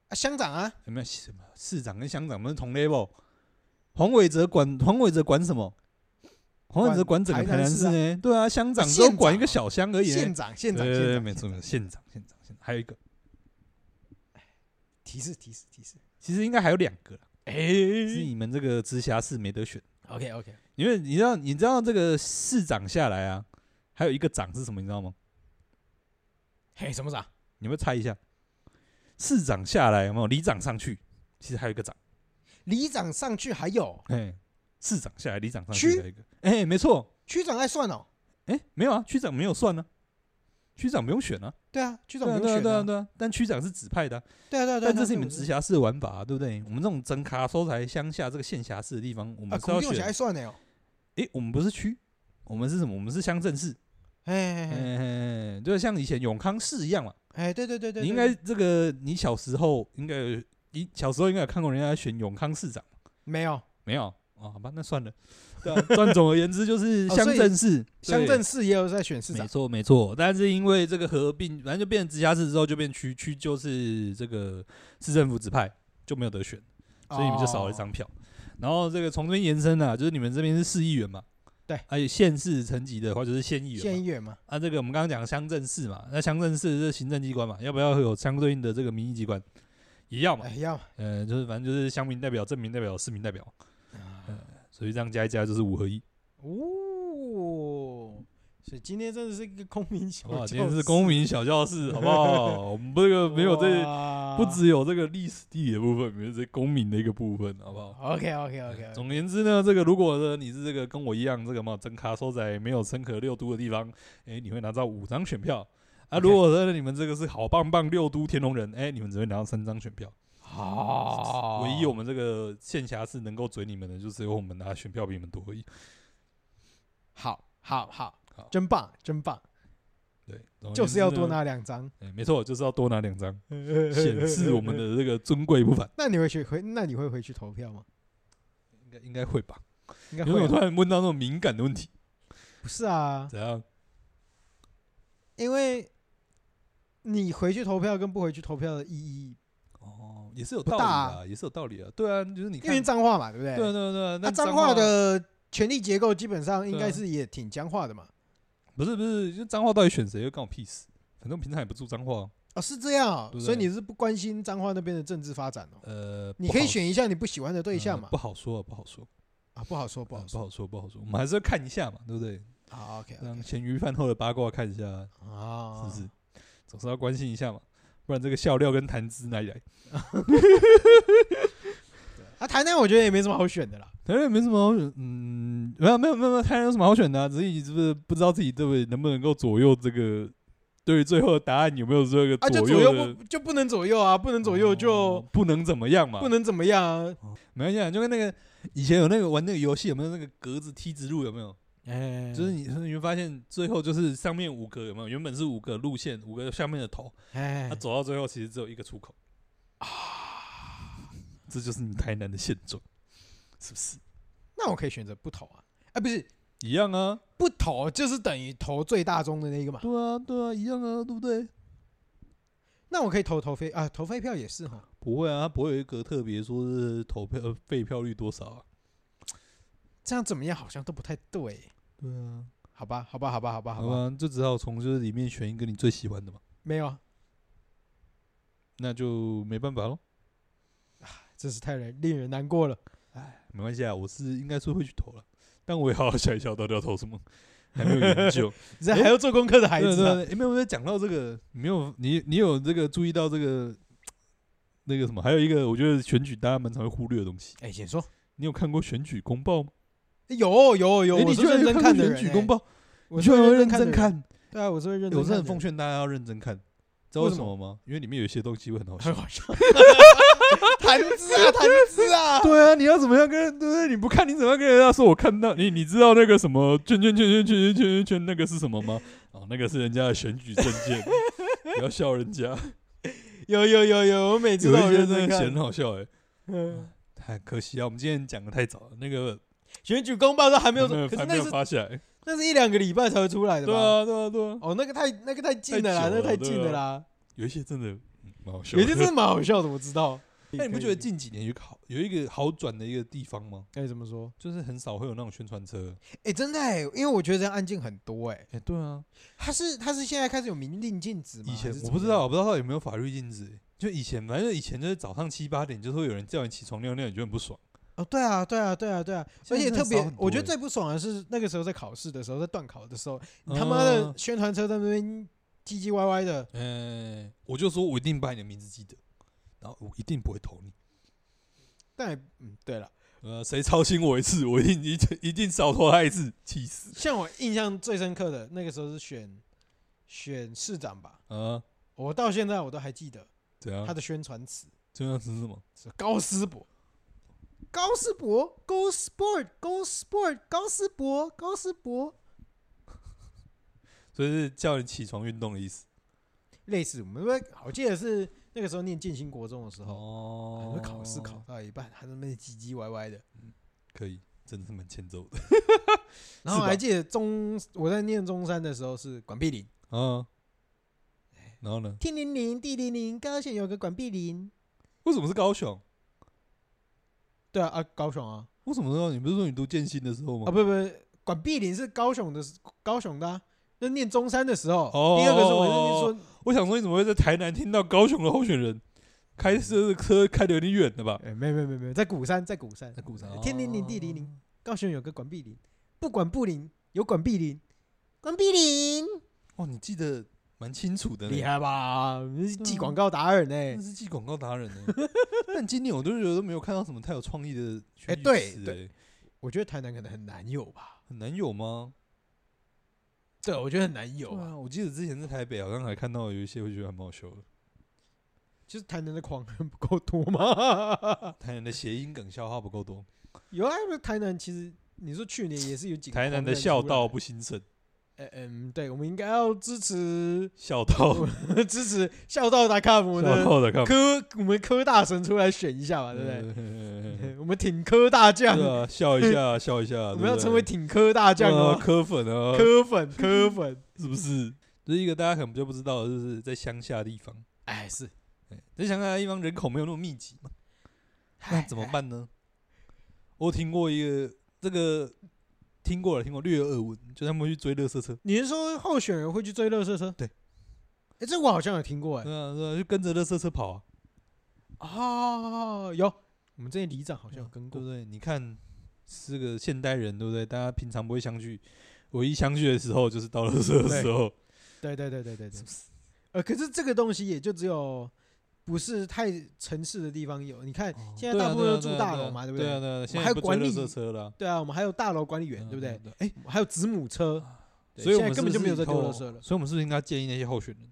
Speaker 1: 啊，乡长啊，
Speaker 2: 什么什么市长跟乡长不是同 level？黄伟哲管黄伟哲管什么？黄伟哲
Speaker 1: 管
Speaker 2: 管整个台
Speaker 1: 台南
Speaker 2: 南
Speaker 1: 市
Speaker 2: 市
Speaker 1: 啊
Speaker 2: 呢？对啊，乡长
Speaker 1: 县
Speaker 2: 只有管
Speaker 1: 长
Speaker 2: 一个
Speaker 1: 哦
Speaker 2: 小乡而已呢。
Speaker 1: 县长，县长，
Speaker 2: 对对
Speaker 1: 县
Speaker 2: 对，
Speaker 1: 长，
Speaker 2: 没错没错，县长县长县长，还有一个，
Speaker 1: 提示，提示，提示。
Speaker 2: 其实应该还有两个啦，是
Speaker 1: 哎
Speaker 2: 你们这个直辖市没得选。
Speaker 1: ，OK，OK，
Speaker 2: 因为你知道，你知道这个市长下来啊，还有一个长是什么，你知道吗？
Speaker 1: 嘿，什么啊长？
Speaker 2: 你们猜一下，市长下来有没有里长上去？其实还有一个长，
Speaker 1: 里长上去还有
Speaker 2: 哎，市长下来，里长上
Speaker 1: 区
Speaker 2: 去还有一个，哎，没错，
Speaker 1: 区长爱算哦。
Speaker 2: 哎，没有啊，区长没有算呢、区长不用选啊，
Speaker 1: 对啊，区长
Speaker 2: 对啊
Speaker 1: 不
Speaker 2: 对
Speaker 1: 用
Speaker 2: 啊
Speaker 1: 选
Speaker 2: 对啊
Speaker 1: 啊。
Speaker 2: 对啊，但区长是指派的啊、
Speaker 1: 对啊，对啊，对啊。
Speaker 2: 但这是你们
Speaker 1: 对啊
Speaker 2: 直辖市的玩法、啊，对不对？我们这种整卡收台乡下这个县辖市的地方，我
Speaker 1: 啊，
Speaker 2: 们是
Speaker 1: 古
Speaker 2: 要
Speaker 1: 定我
Speaker 2: 选
Speaker 1: 爱，算的哦。
Speaker 2: 哎，我们不是区，我们是什么？我们是乡镇市，
Speaker 1: 哎哎
Speaker 2: 哎，就像以前永康市一样嘛。
Speaker 1: 哎，对对对对，
Speaker 2: 你应
Speaker 1: 对
Speaker 2: 该这个，你小时候应该有，你小时候应该有看过人家选永康市长，
Speaker 1: 没有
Speaker 2: 没有？哦，好吧，那算了。对 啊，但总而言之就是哦乡镇市，对
Speaker 1: 乡镇市也有在选市
Speaker 2: 没
Speaker 1: 长。
Speaker 2: 错没错。但是因为这个合并，反正就变成直辖市之后就变区，区就是这个市政府指派就没有得选，所以你们就少了一张
Speaker 1: 哦。
Speaker 2: 票。然后这个从这边延伸啊，就是你们这边是市议员嘛，
Speaker 1: 对
Speaker 2: 还有县市层级的话就是县议员嘛，
Speaker 1: 县议员嘛，
Speaker 2: 啊，这个我们刚刚讲乡镇市嘛，那乡镇市是行政机关嘛，要不要有相对应的这个民意机关？也要嘛
Speaker 1: 哎，，要嘛
Speaker 2: 呃，就是反正就是乡民代表、镇民代表、市民代表，
Speaker 1: 啊
Speaker 2: 所以这样加一加就是五合一。
Speaker 1: 哦。所以今天真的是一个公民小
Speaker 2: 哇，
Speaker 1: 教
Speaker 2: 今天是公民小教室，好不 好？我们这个没有这
Speaker 1: 啊
Speaker 2: 不只有这个历史地理的部分，没有这公民的一个部分，好不好？
Speaker 1: OK OK OK，
Speaker 2: 哎总而言之呢，这个如果呢你是这个跟我一样这个嘛，真卡收在没有深可六都的地方，哎、你会拿到五张选票。啊，
Speaker 1: OK
Speaker 2: 如果说你们这个是好棒棒六都天龙人，哎、你们只会拿到三张选票。
Speaker 1: 好
Speaker 2: 唯一我们这个县辖市能够嘴你们的，就只有我们拿选票比你们多而已。
Speaker 1: 好好好
Speaker 2: 好，哦
Speaker 1: 真棒真棒，
Speaker 2: 对，总而言之
Speaker 1: 就
Speaker 2: 呢
Speaker 1: 是要多。拿两张，
Speaker 2: 哎、没错，就是要多拿 两张，显示我们。的这个尊贵不凡。
Speaker 1: 那你会去回？那你会回去投票吗？
Speaker 2: 应该应该会吧？
Speaker 1: 应该
Speaker 2: 因为
Speaker 1: 会
Speaker 2: 我突
Speaker 1: 啊，
Speaker 2: 然问到那种敏感的问题，
Speaker 1: 不是啊，
Speaker 2: 怎样？
Speaker 1: 因为你回去投票跟不回去投票的意义，
Speaker 2: 哦，也是有
Speaker 1: 不
Speaker 2: 道理
Speaker 1: 大
Speaker 2: 啊，也是有道理啊。对啊，就是你
Speaker 1: 因
Speaker 2: 看
Speaker 1: 为，脏话嘛，对不对？
Speaker 2: 对啊对啊对啊，
Speaker 1: 那
Speaker 2: 那
Speaker 1: 脏
Speaker 2: 话
Speaker 1: 话的权力结构基本上应
Speaker 2: 对啊
Speaker 1: 该是也挺僵化的
Speaker 2: 啊
Speaker 1: 嘛。
Speaker 2: 不是不是，就彰化到底选谁又干我屁事？反正我平常也不住啊彰化，
Speaker 1: 哦，是这样哦
Speaker 2: 对，不
Speaker 1: 所以
Speaker 2: 对
Speaker 1: 你是不关心脏话那边的政治发展哦？
Speaker 2: 呃，
Speaker 1: 你
Speaker 2: 不
Speaker 1: 可以
Speaker 2: 好
Speaker 1: 选一下你不喜欢的对
Speaker 2: 呃
Speaker 1: 象嘛
Speaker 2: 不？好说啊，不好说，
Speaker 1: 啊，不好说，不
Speaker 2: 不
Speaker 1: 好
Speaker 2: 不
Speaker 1: 说。
Speaker 2: 好说，不好说，我们还是要看一下嘛，对不对？
Speaker 1: 好，OK，
Speaker 2: 让咸鱼饭后的八卦看一下，是
Speaker 1: 啊
Speaker 2: 不，是？总是要关心一下嘛，不然这个笑料跟谈资哪里来？
Speaker 1: 啊，台南我觉得也没什么好选的啦。
Speaker 2: 台南也没什么好选，嗯，没有没有没有，没有台南有什么好选的、啊？只是你是不是不知道自己对不对，能不能够左右这个，对于最后的答案有没有这个
Speaker 1: 啊，就左
Speaker 2: 右的？
Speaker 1: 右不就不能左右啊，不能左右就
Speaker 2: 哦不能怎么样嘛，
Speaker 1: 不能怎么样啊。
Speaker 2: 没关系啊，就跟那个以前有那个玩那个游戏，有没有那个格子梯子路？有没有？
Speaker 1: 哎
Speaker 2: 就是你你会发现最后就是上面五个有没有？原本是五个路线，五个下面的头，
Speaker 1: 哎
Speaker 2: 它、走到最后其实只有一个出口啊，这就是你台南的现状，是不是？
Speaker 1: 那我可以选择不投啊，啊，不是
Speaker 2: 一样啊，
Speaker 1: 不投就是等于投最大宗的那一个嘛。
Speaker 2: 对啊，对啊，一样啊，对不对？
Speaker 1: 那我可以投投飞啊，投飞票也是哈。
Speaker 2: 不会啊，它不会有一格特别说是投票呃废票率多少啊？
Speaker 1: 这样怎么样好像都不太对，
Speaker 2: 对啊，
Speaker 1: 好吧，好吧，好吧，好吧，
Speaker 2: 好
Speaker 1: 好吧，
Speaker 2: 吧，就只好从就是里面选一个你最喜欢的嘛，
Speaker 1: 没有啊，
Speaker 2: 那就没办法喽。
Speaker 1: 真是太人令人难过了。
Speaker 2: 没关系啊，我是应该是会去投了，但我也好好想一下我到底要投什么，还没有研究。
Speaker 1: 这 还要做功课的孩
Speaker 2: 对
Speaker 1: 子啊，
Speaker 2: 对对，没有没有讲到这个，你没有你你有这个注意到这个那个什么？还有一个我觉得选举大家蛮常会忽略的东西，
Speaker 1: 哎，先说
Speaker 2: 你有看过选举公报吗？
Speaker 1: 有有有，
Speaker 2: 诶
Speaker 1: 我
Speaker 2: 你
Speaker 1: 是
Speaker 2: 居然
Speaker 1: 认
Speaker 2: 有
Speaker 1: 真
Speaker 2: 看
Speaker 1: 看
Speaker 2: 过
Speaker 1: 的
Speaker 2: 选
Speaker 1: 人
Speaker 2: 举
Speaker 1: 欸
Speaker 2: 公，报，
Speaker 1: 我
Speaker 2: 居
Speaker 1: 是
Speaker 2: 然
Speaker 1: 会
Speaker 2: 会
Speaker 1: 认
Speaker 2: 认
Speaker 1: 真的
Speaker 2: 真
Speaker 1: 人，
Speaker 2: 看，
Speaker 1: 对啊，我是会认
Speaker 2: 我
Speaker 1: 真
Speaker 2: 真的
Speaker 1: 看
Speaker 2: 很
Speaker 1: 的
Speaker 2: 奉
Speaker 1: 人，
Speaker 2: 劝大家要认真看，知道为
Speaker 1: 为
Speaker 2: 什
Speaker 1: 什
Speaker 2: 么
Speaker 1: 么
Speaker 2: 吗？因为里面有些东西会很好笑
Speaker 1: 很。好笑，谈资啊，谈资啊，
Speaker 2: 对啊，你要怎么样跟人对不对？你不看你怎么样跟人家说？我看到你，你知道那个什么圈圈圈圈圈圈圈圈圈那个是什么吗？哦，那个是人家的选举证件，不要笑人家。
Speaker 1: 有有有有，我每次
Speaker 2: 有
Speaker 1: 都
Speaker 2: 一些
Speaker 1: 认
Speaker 2: 真的
Speaker 1: 真
Speaker 2: 写得很
Speaker 1: 看。
Speaker 2: 好笑哎、
Speaker 1: 嗯，
Speaker 2: 太可惜啊！我们今天讲的太早了，那个
Speaker 1: 选举公报都还没有，
Speaker 2: 还
Speaker 1: 可是
Speaker 2: 还没
Speaker 1: 那
Speaker 2: 有
Speaker 1: 是
Speaker 2: 发下来。
Speaker 1: 那是一两个礼拜才会出来的吧？
Speaker 2: 对啊，对啊，对啊，
Speaker 1: 哦，那个太那个太近了啦，那
Speaker 2: 太久了
Speaker 1: 个太近了
Speaker 2: 对
Speaker 1: 啦，
Speaker 2: 有一些真的嗯蛮好笑
Speaker 1: 有
Speaker 2: 的。
Speaker 1: 些真的蛮好笑的，我知道。
Speaker 2: 那你不觉得
Speaker 1: 近？
Speaker 2: 近几年有一个好有一个好转的一个地方吗？
Speaker 1: 该哎怎么说？
Speaker 2: 就是很少会有那种宣传车。
Speaker 1: 哎，真的哎，因为我觉得这样案件很多哎，
Speaker 2: 哎、对啊，
Speaker 1: 他是他是现在开始有明令禁止吗？
Speaker 2: 以前
Speaker 1: 还是
Speaker 2: 我
Speaker 1: 怎
Speaker 2: 不
Speaker 1: 么
Speaker 2: 知
Speaker 1: 样
Speaker 2: 道，，我不知道到底有没有法律禁止欸、就以前，反正以前就是早上七八点，就是会有人叫你起床尿尿，你就很不爽。
Speaker 1: 哦，对啊，对啊，对啊，对啊，而
Speaker 2: 现在
Speaker 1: 且
Speaker 2: 真
Speaker 1: 特
Speaker 2: 的少
Speaker 1: 别
Speaker 2: 很，
Speaker 1: 我觉得
Speaker 2: 多欸
Speaker 1: 最不爽的是那个时候在考试的时候，在断考的时候，你他妈的
Speaker 2: 嗯，
Speaker 1: 宣传车在那边唧唧歪歪的，
Speaker 2: 哎、我就说我一定把你的名字记得，然后我一定不会投你。
Speaker 1: 但也嗯，对了，
Speaker 2: 呃，谁操心我一次，我一定一定一定少投他一次，气死。
Speaker 1: 像我印象最深刻的那个时候是选选市长吧，
Speaker 2: 啊，
Speaker 1: 我到现在我都还记得
Speaker 2: 怎样
Speaker 1: 他？的宣传词
Speaker 2: 这样子是什么？
Speaker 1: 是高斯博。高斯博，Go Sport，Go Sport，高斯博，高斯博，
Speaker 2: 所以是叫你起床运动的意思。
Speaker 1: 类似我们那边我记得是那个时候念建新国中的时候，很
Speaker 2: 哦
Speaker 1: 多考试考到一半，他在那边唧唧歪歪的。
Speaker 2: 可以，真的是蛮欠揍的。
Speaker 1: 然后
Speaker 2: 是
Speaker 1: 我
Speaker 2: 吧
Speaker 1: 还记得中我在念中山的时候是管碧林，
Speaker 2: 啊，然后呢？
Speaker 1: 天灵灵地灵灵，高雄有个管碧林。
Speaker 2: 为什么是高雄？
Speaker 1: 对啊啊，高雄啊
Speaker 2: 为什么呢？你不是说你读建新的时候
Speaker 1: 啊
Speaker 2: 吗？
Speaker 1: 不不，管碧林是高雄的，高雄的、啊。那念中山的时候，
Speaker 2: 哦
Speaker 1: 第二个是我在那边说，
Speaker 2: 我想说，你怎么会在台南听到高雄的候选人开车的车开的有点远了吧？
Speaker 1: 哎、没有没有没有没有，在鼓山，在鼓山，哦
Speaker 2: 在鼓山
Speaker 1: 天灵灵地灵灵，高雄有个管碧林，不管不灵，有管碧林，管碧林，
Speaker 2: 哦，你记得蛮清楚的呢，
Speaker 1: 厉害吧？你是记广告达人呢、
Speaker 2: 真的是记广告达人呢。 但今年我都觉得都没有看到什么太有创意的选举
Speaker 1: 哎对
Speaker 2: 词
Speaker 1: 对
Speaker 2: 哎
Speaker 1: 我觉得台南可能很难有吧？
Speaker 2: 很难有吗？
Speaker 1: 对，我觉得很难有
Speaker 2: 对
Speaker 1: 啊，
Speaker 2: 啊，我记得之前在台北好像还看到有一些，我觉得还蛮好笑的。
Speaker 1: 就是台南的狂人不够多 吗？
Speaker 2: 台南的谐音梗笑话不够多，
Speaker 1: 有啊，台南其实你说去年也是有几个
Speaker 2: 台南的
Speaker 1: 狂人
Speaker 2: 孝
Speaker 1: 出来
Speaker 2: 道，不兴 盛，
Speaker 1: 呃嗯，对，我们应该要支持
Speaker 2: 孝道
Speaker 1: 支持孝道达卡姆
Speaker 2: 孝
Speaker 1: 的
Speaker 2: 道的看法，
Speaker 1: 科，我们科大神出来选一下吧，对不对？
Speaker 2: 对？
Speaker 1: 我们挺科大将，
Speaker 2: 对啊，笑一下，笑 一下，
Speaker 1: 我
Speaker 2: 对
Speaker 1: 们
Speaker 2: 不
Speaker 1: 要
Speaker 2: 啊对
Speaker 1: 成为挺科大将
Speaker 2: 对啊
Speaker 1: 哦，
Speaker 2: 科粉 啊，
Speaker 1: 科 粉科粉，
Speaker 2: 是不是？这是一个大家可能比较不知道的，就是在乡下地方，
Speaker 1: 哎是，
Speaker 2: 哎在乡下地方人口没有那么密集嘛，那
Speaker 1: 哎
Speaker 2: 怎么？办呢？我听过一个这个听过了，听过略有耳闻，就他们会去追乐色车，
Speaker 1: 你是说候选人会去追乐色车？
Speaker 2: 对，
Speaker 1: 哎，这我好像有听过，哎
Speaker 2: 对，啊，对啊，就跟着乐色车跑啊，
Speaker 1: 哦，有，我们这里里长好像有跟
Speaker 2: 对
Speaker 1: 过
Speaker 2: 不，对？你看是个现代人，对不对？大家平常不会相聚，唯一相聚的时候就是到乐色的时候，
Speaker 1: 对对对对对对
Speaker 2: 是不。是？
Speaker 1: 呃，可是这个东西也就只有不是太城市的地方有。你看
Speaker 2: 哦
Speaker 1: 现在
Speaker 2: 对啊
Speaker 1: 大部
Speaker 2: 对
Speaker 1: 分
Speaker 2: 啊
Speaker 1: 都住
Speaker 2: 对啊
Speaker 1: 大
Speaker 2: 对啊
Speaker 1: 楼嘛，对不
Speaker 2: 对啊，
Speaker 1: 对？
Speaker 2: 对啊，现
Speaker 1: 还
Speaker 2: 在
Speaker 1: 有
Speaker 2: 不
Speaker 1: 管
Speaker 2: 追乐
Speaker 1: 理
Speaker 2: 色车了，
Speaker 1: 对啊，我们还有大楼管理员，对不对？
Speaker 2: 对？哎，
Speaker 1: 还有子母车，对
Speaker 2: 所以我
Speaker 1: 现在根
Speaker 2: 们
Speaker 1: 本就
Speaker 2: 是不
Speaker 1: 没有在
Speaker 2: 是以
Speaker 1: 丢
Speaker 2: 后
Speaker 1: 垃圾了。
Speaker 2: 所以我们是不是应该建议那些候选人，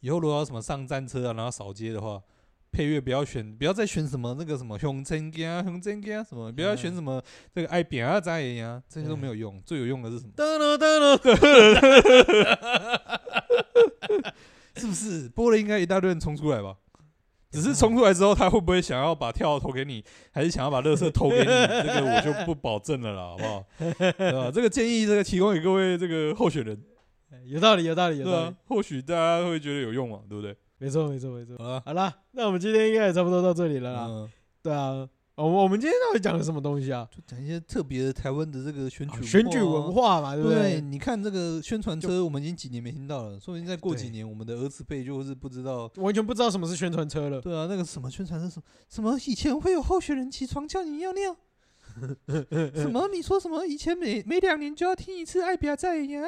Speaker 2: 以后如果要什么上战车啊，然后扫街的话，配乐不要选，不要再选什么那个什么熊真歌啊、熊真歌啊什么，不要选
Speaker 1: 嗯
Speaker 2: 什么这个爱扁啊、扎眼呀，这些都
Speaker 1: 嗯
Speaker 2: 没有用。最有用的是什么？
Speaker 1: 噔噔噔噔，
Speaker 2: 是不是播了应该一大堆人冲出来吧？只
Speaker 1: 啊
Speaker 2: 是冲出来之后，他会不会想要把票投给你，还是想要把乐色投给你？这个我就不保证了啦，好 不好？对吧？这个建议，这个提供给各位这个候选人，
Speaker 1: 哎有道理，有道理，有
Speaker 2: 对
Speaker 1: 道理
Speaker 2: 啊，，或许大家会觉得有用嘛，对不对？
Speaker 1: 没错，没错，没错。
Speaker 2: 好了，
Speaker 1: 好啦，那我们今天应该也差不多到这里了啦。
Speaker 2: 嗯，
Speaker 1: 对啊，我们我们今天到底讲了什么东西啊？
Speaker 2: 就讲一些特别的台湾的这个选举、
Speaker 1: 哦选举文
Speaker 2: 化
Speaker 1: 化嘛，
Speaker 2: 啊。
Speaker 1: 对不
Speaker 2: 对，
Speaker 1: 对？
Speaker 2: 你看这个宣传车，我们已经几年没听到了，说不定再过
Speaker 1: 对
Speaker 2: 几年，我们的儿子辈就是不 知道。
Speaker 1: 完全不知道什么是宣传车了。
Speaker 2: 对啊，那个什么宣传车，什么什么以前会有候选人起床叫你尿 尿，什么你说什么以前每每两年就要听一次爱表在呀，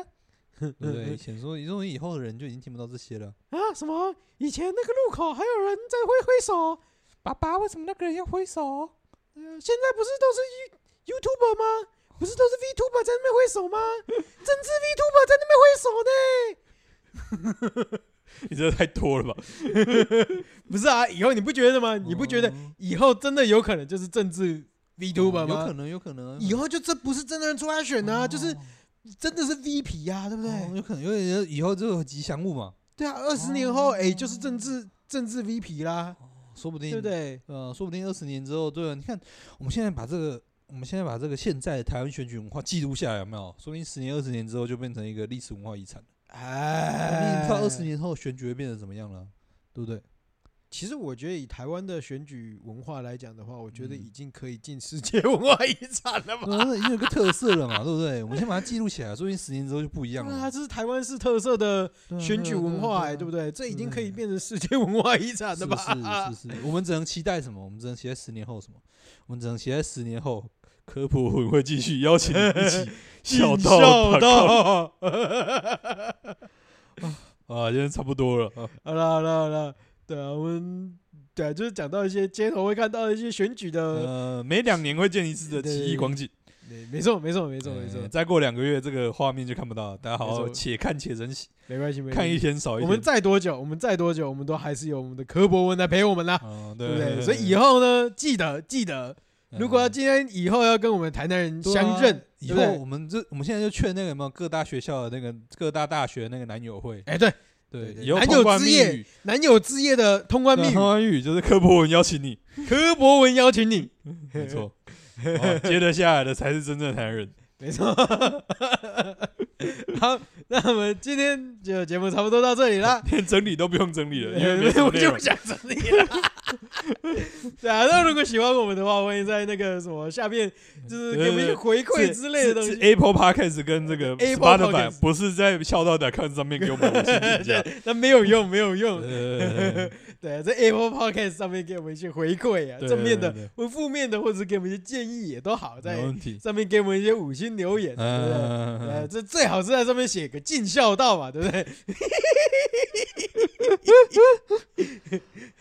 Speaker 2: 对不对？以前说，你说以后的人就已经听不到这些了。
Speaker 1: 啊，什么？以前那个路口还有人在挥挥手，
Speaker 2: 爸爸，为什么那个人要挥手？
Speaker 1: 呃，现在不是都是 You YouTuber 吗？不是都是 VTuber 在那边挥手 吗？政治 VTuber 在那边挥手呢？
Speaker 2: 你这太多了吧？
Speaker 1: 不是啊，以后你不觉得吗？你不觉得
Speaker 2: 嗯
Speaker 1: 以后真的有可能就是政治 VTuber
Speaker 2: 有可
Speaker 1: 吗？
Speaker 2: 能，有可能啊。
Speaker 1: 以后就这不是真的人出来选啊，就是
Speaker 2: 哦
Speaker 1: 真的是 V 皮呀、啊，对不
Speaker 2: 哦
Speaker 1: 对？
Speaker 2: 有可能，因为以后就有吉祥物嘛。哦
Speaker 1: 对啊，二十年后，哎，就是政治政治 V 皮啦，
Speaker 2: 说不定
Speaker 1: 对不？对？
Speaker 2: 呃，说不定二十年之后，对啊，你看我们现在把这个，我们现在把这个现在的台湾选举文化记录下来，有没有？说不定十年、二十年之后就变成一个历史文化遗产了。
Speaker 1: 哎，
Speaker 2: 你不知道二十。年后选举会变成怎么样了，对 不对？
Speaker 1: 其实我觉得以台湾的选举文化来讲的话，我觉得
Speaker 2: 嗯
Speaker 1: 已经可以进世界文化遗产了吧？
Speaker 2: 对啊那已经有个特色了嘛，对不对？我们先把它记录起来，说不定十年之后就不一样
Speaker 1: 对啊，
Speaker 2: 了。
Speaker 1: 这是台湾式特色的
Speaker 2: 对啊
Speaker 1: 选举文化，哎，对不
Speaker 2: 对
Speaker 1: 对？这已经可以
Speaker 2: 对
Speaker 1: 变成世界文化遗
Speaker 2: 啊？
Speaker 1: 产
Speaker 2: 嗯是
Speaker 1: 了
Speaker 2: 不
Speaker 1: 吧？
Speaker 2: 是？是不是？我们只能期待什么？我们只能期待十年后什么？我们只能期待十年后科普会会继续邀请你一 起笑
Speaker 1: 尽
Speaker 2: 到
Speaker 1: 孝
Speaker 2: 到
Speaker 1: 道。
Speaker 2: 啊，今天差不多了。啊
Speaker 1: 好了好了好了，对啊，我们对啊，就是讲到一些街头会看到一些选举的，
Speaker 2: 呃，每两年会见一次的
Speaker 1: 对
Speaker 2: 奇异光景，
Speaker 1: 对没错没错没错
Speaker 2: 呃
Speaker 1: 没错，
Speaker 2: 再过两个月，这个画面就看不到了。大家好好
Speaker 1: 没错
Speaker 2: 且看且珍惜，
Speaker 1: 没关系没关
Speaker 2: 看一
Speaker 1: 系。
Speaker 2: 天少
Speaker 1: 我
Speaker 2: 一天。
Speaker 1: 们再多久，我们再多久，我们都还是有我们的柯博文来陪我们啦，
Speaker 2: 嗯，
Speaker 1: 对
Speaker 2: 对嗯
Speaker 1: 不对？所以以
Speaker 2: 后
Speaker 1: 后呢，记得记得，如果要今天以后要跟我们台南人相认，
Speaker 2: 啊以
Speaker 1: 对
Speaker 2: 后
Speaker 1: 不对
Speaker 2: 我们这我们现在就劝那个什么各大学校的那个各大大学那个男友会，
Speaker 1: 哎，对，
Speaker 2: 对，
Speaker 1: 对
Speaker 2: 以后
Speaker 1: 男
Speaker 2: 通
Speaker 1: 友
Speaker 2: 关
Speaker 1: 之
Speaker 2: 密
Speaker 1: 夜
Speaker 2: 语，
Speaker 1: 男友之夜的通关密
Speaker 2: 对通
Speaker 1: 语，
Speaker 2: 啊关密语就是柯博文邀 请你，
Speaker 1: 柯博文邀请 你，
Speaker 2: 没错，哦接得下来的才是真正的男人。
Speaker 1: 没错。 好，那我们今天就节目差不多到这里啦。
Speaker 2: 连整理都不用整理了，因为没什么
Speaker 1: 我
Speaker 2: 内
Speaker 1: 就
Speaker 2: 容
Speaker 1: 不。想整理了。 对啊，那如果喜欢我们的话，欢迎在那个什么下面，就是给我们一些回馈之类的东
Speaker 2: 是是哎
Speaker 1: 西。
Speaker 2: Apple Podcast 跟这个
Speaker 1: Apple
Speaker 2: Spotify
Speaker 1: Podcast
Speaker 2: 不是在孝道 .com 上面给我们五星评价。
Speaker 1: 那没有用，没有用。
Speaker 2: 呃
Speaker 1: 对啊，在 Apple Podcast 上面给我们一些回馈啊，
Speaker 2: 对
Speaker 1: 正面
Speaker 2: 对
Speaker 1: 的
Speaker 2: 对、
Speaker 1: 或负面的，或者是给我们一些建议也都好，
Speaker 2: 没
Speaker 1: 在
Speaker 2: 问 题。
Speaker 1: 上面给我们一些五星留言，对不对？呃，
Speaker 2: 嗯，
Speaker 1: 这最好是在上面写个尽孝道嘛，对不 对？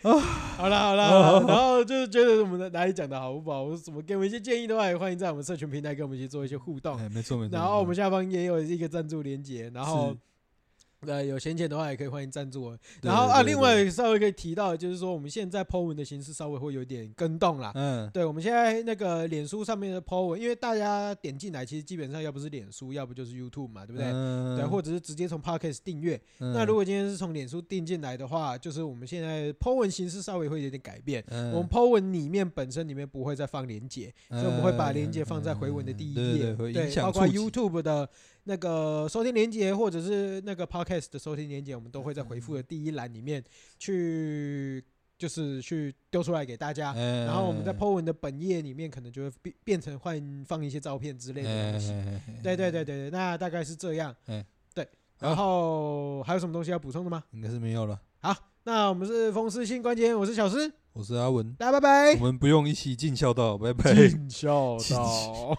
Speaker 1: 好啦好啦，好
Speaker 2: 哦
Speaker 1: 啦然后就是觉得我们的哪里讲的好不好，或者怎么给我们一些建议的话，也欢迎在我们社群平台跟我们一起做一些互动。啊
Speaker 2: 哎没错没错。
Speaker 1: 然后我们
Speaker 2: 是
Speaker 1: 下方也有一个赞助连接，然后呃有闲钱的话也可以欢迎赞助我。
Speaker 2: 对
Speaker 1: 然后啊，
Speaker 2: 对对
Speaker 1: 另外稍微可以提到，就是说我们现在 Po 文的形式稍微会有点跟动啦。
Speaker 2: 嗯，
Speaker 1: 对，我们现在那个脸书上面的 Po 文，因为大家点进来，其实基本上要不是脸书，要不就是 YouTube 嘛，对
Speaker 2: 对
Speaker 1: 不对？
Speaker 2: 嗯
Speaker 1: 对，或者是直接从 Podcast 订阅。那如果今天是从脸书订进来的话，就是我们现在 Po 文形式稍微会有点改变。
Speaker 2: 嗯
Speaker 1: 我们 Po 文里面本身里面不会再放连接，所以我们会把连接放在回文的第一
Speaker 2: 哎嗯对对
Speaker 1: 页，
Speaker 2: 对会影响
Speaker 1: 包括
Speaker 2: 触及
Speaker 1: YouTube 的那个收听连接，或者是那个 Podcast 的收听连接，我们都会在回复的第一栏里面去，就是去丢出来给大家。
Speaker 2: 嗯，
Speaker 1: 啊然后我们在
Speaker 2: 碰
Speaker 1: Po 文的本页里面，可能就会变变成换放一些照片之类的
Speaker 2: 哎
Speaker 1: 东西。对对对对对，那大概是这样。
Speaker 2: 嗯
Speaker 1: 对。
Speaker 2: 好
Speaker 1: 然后还有什么东西要补充的吗？
Speaker 2: 应该是没有了。
Speaker 1: 好，那我们是风湿性关节，我是小诗，
Speaker 2: 我是阿文，
Speaker 1: 大家拜拜
Speaker 2: 我。们不用一起尽孝道，拜拜。
Speaker 1: 尽孝
Speaker 2: 道。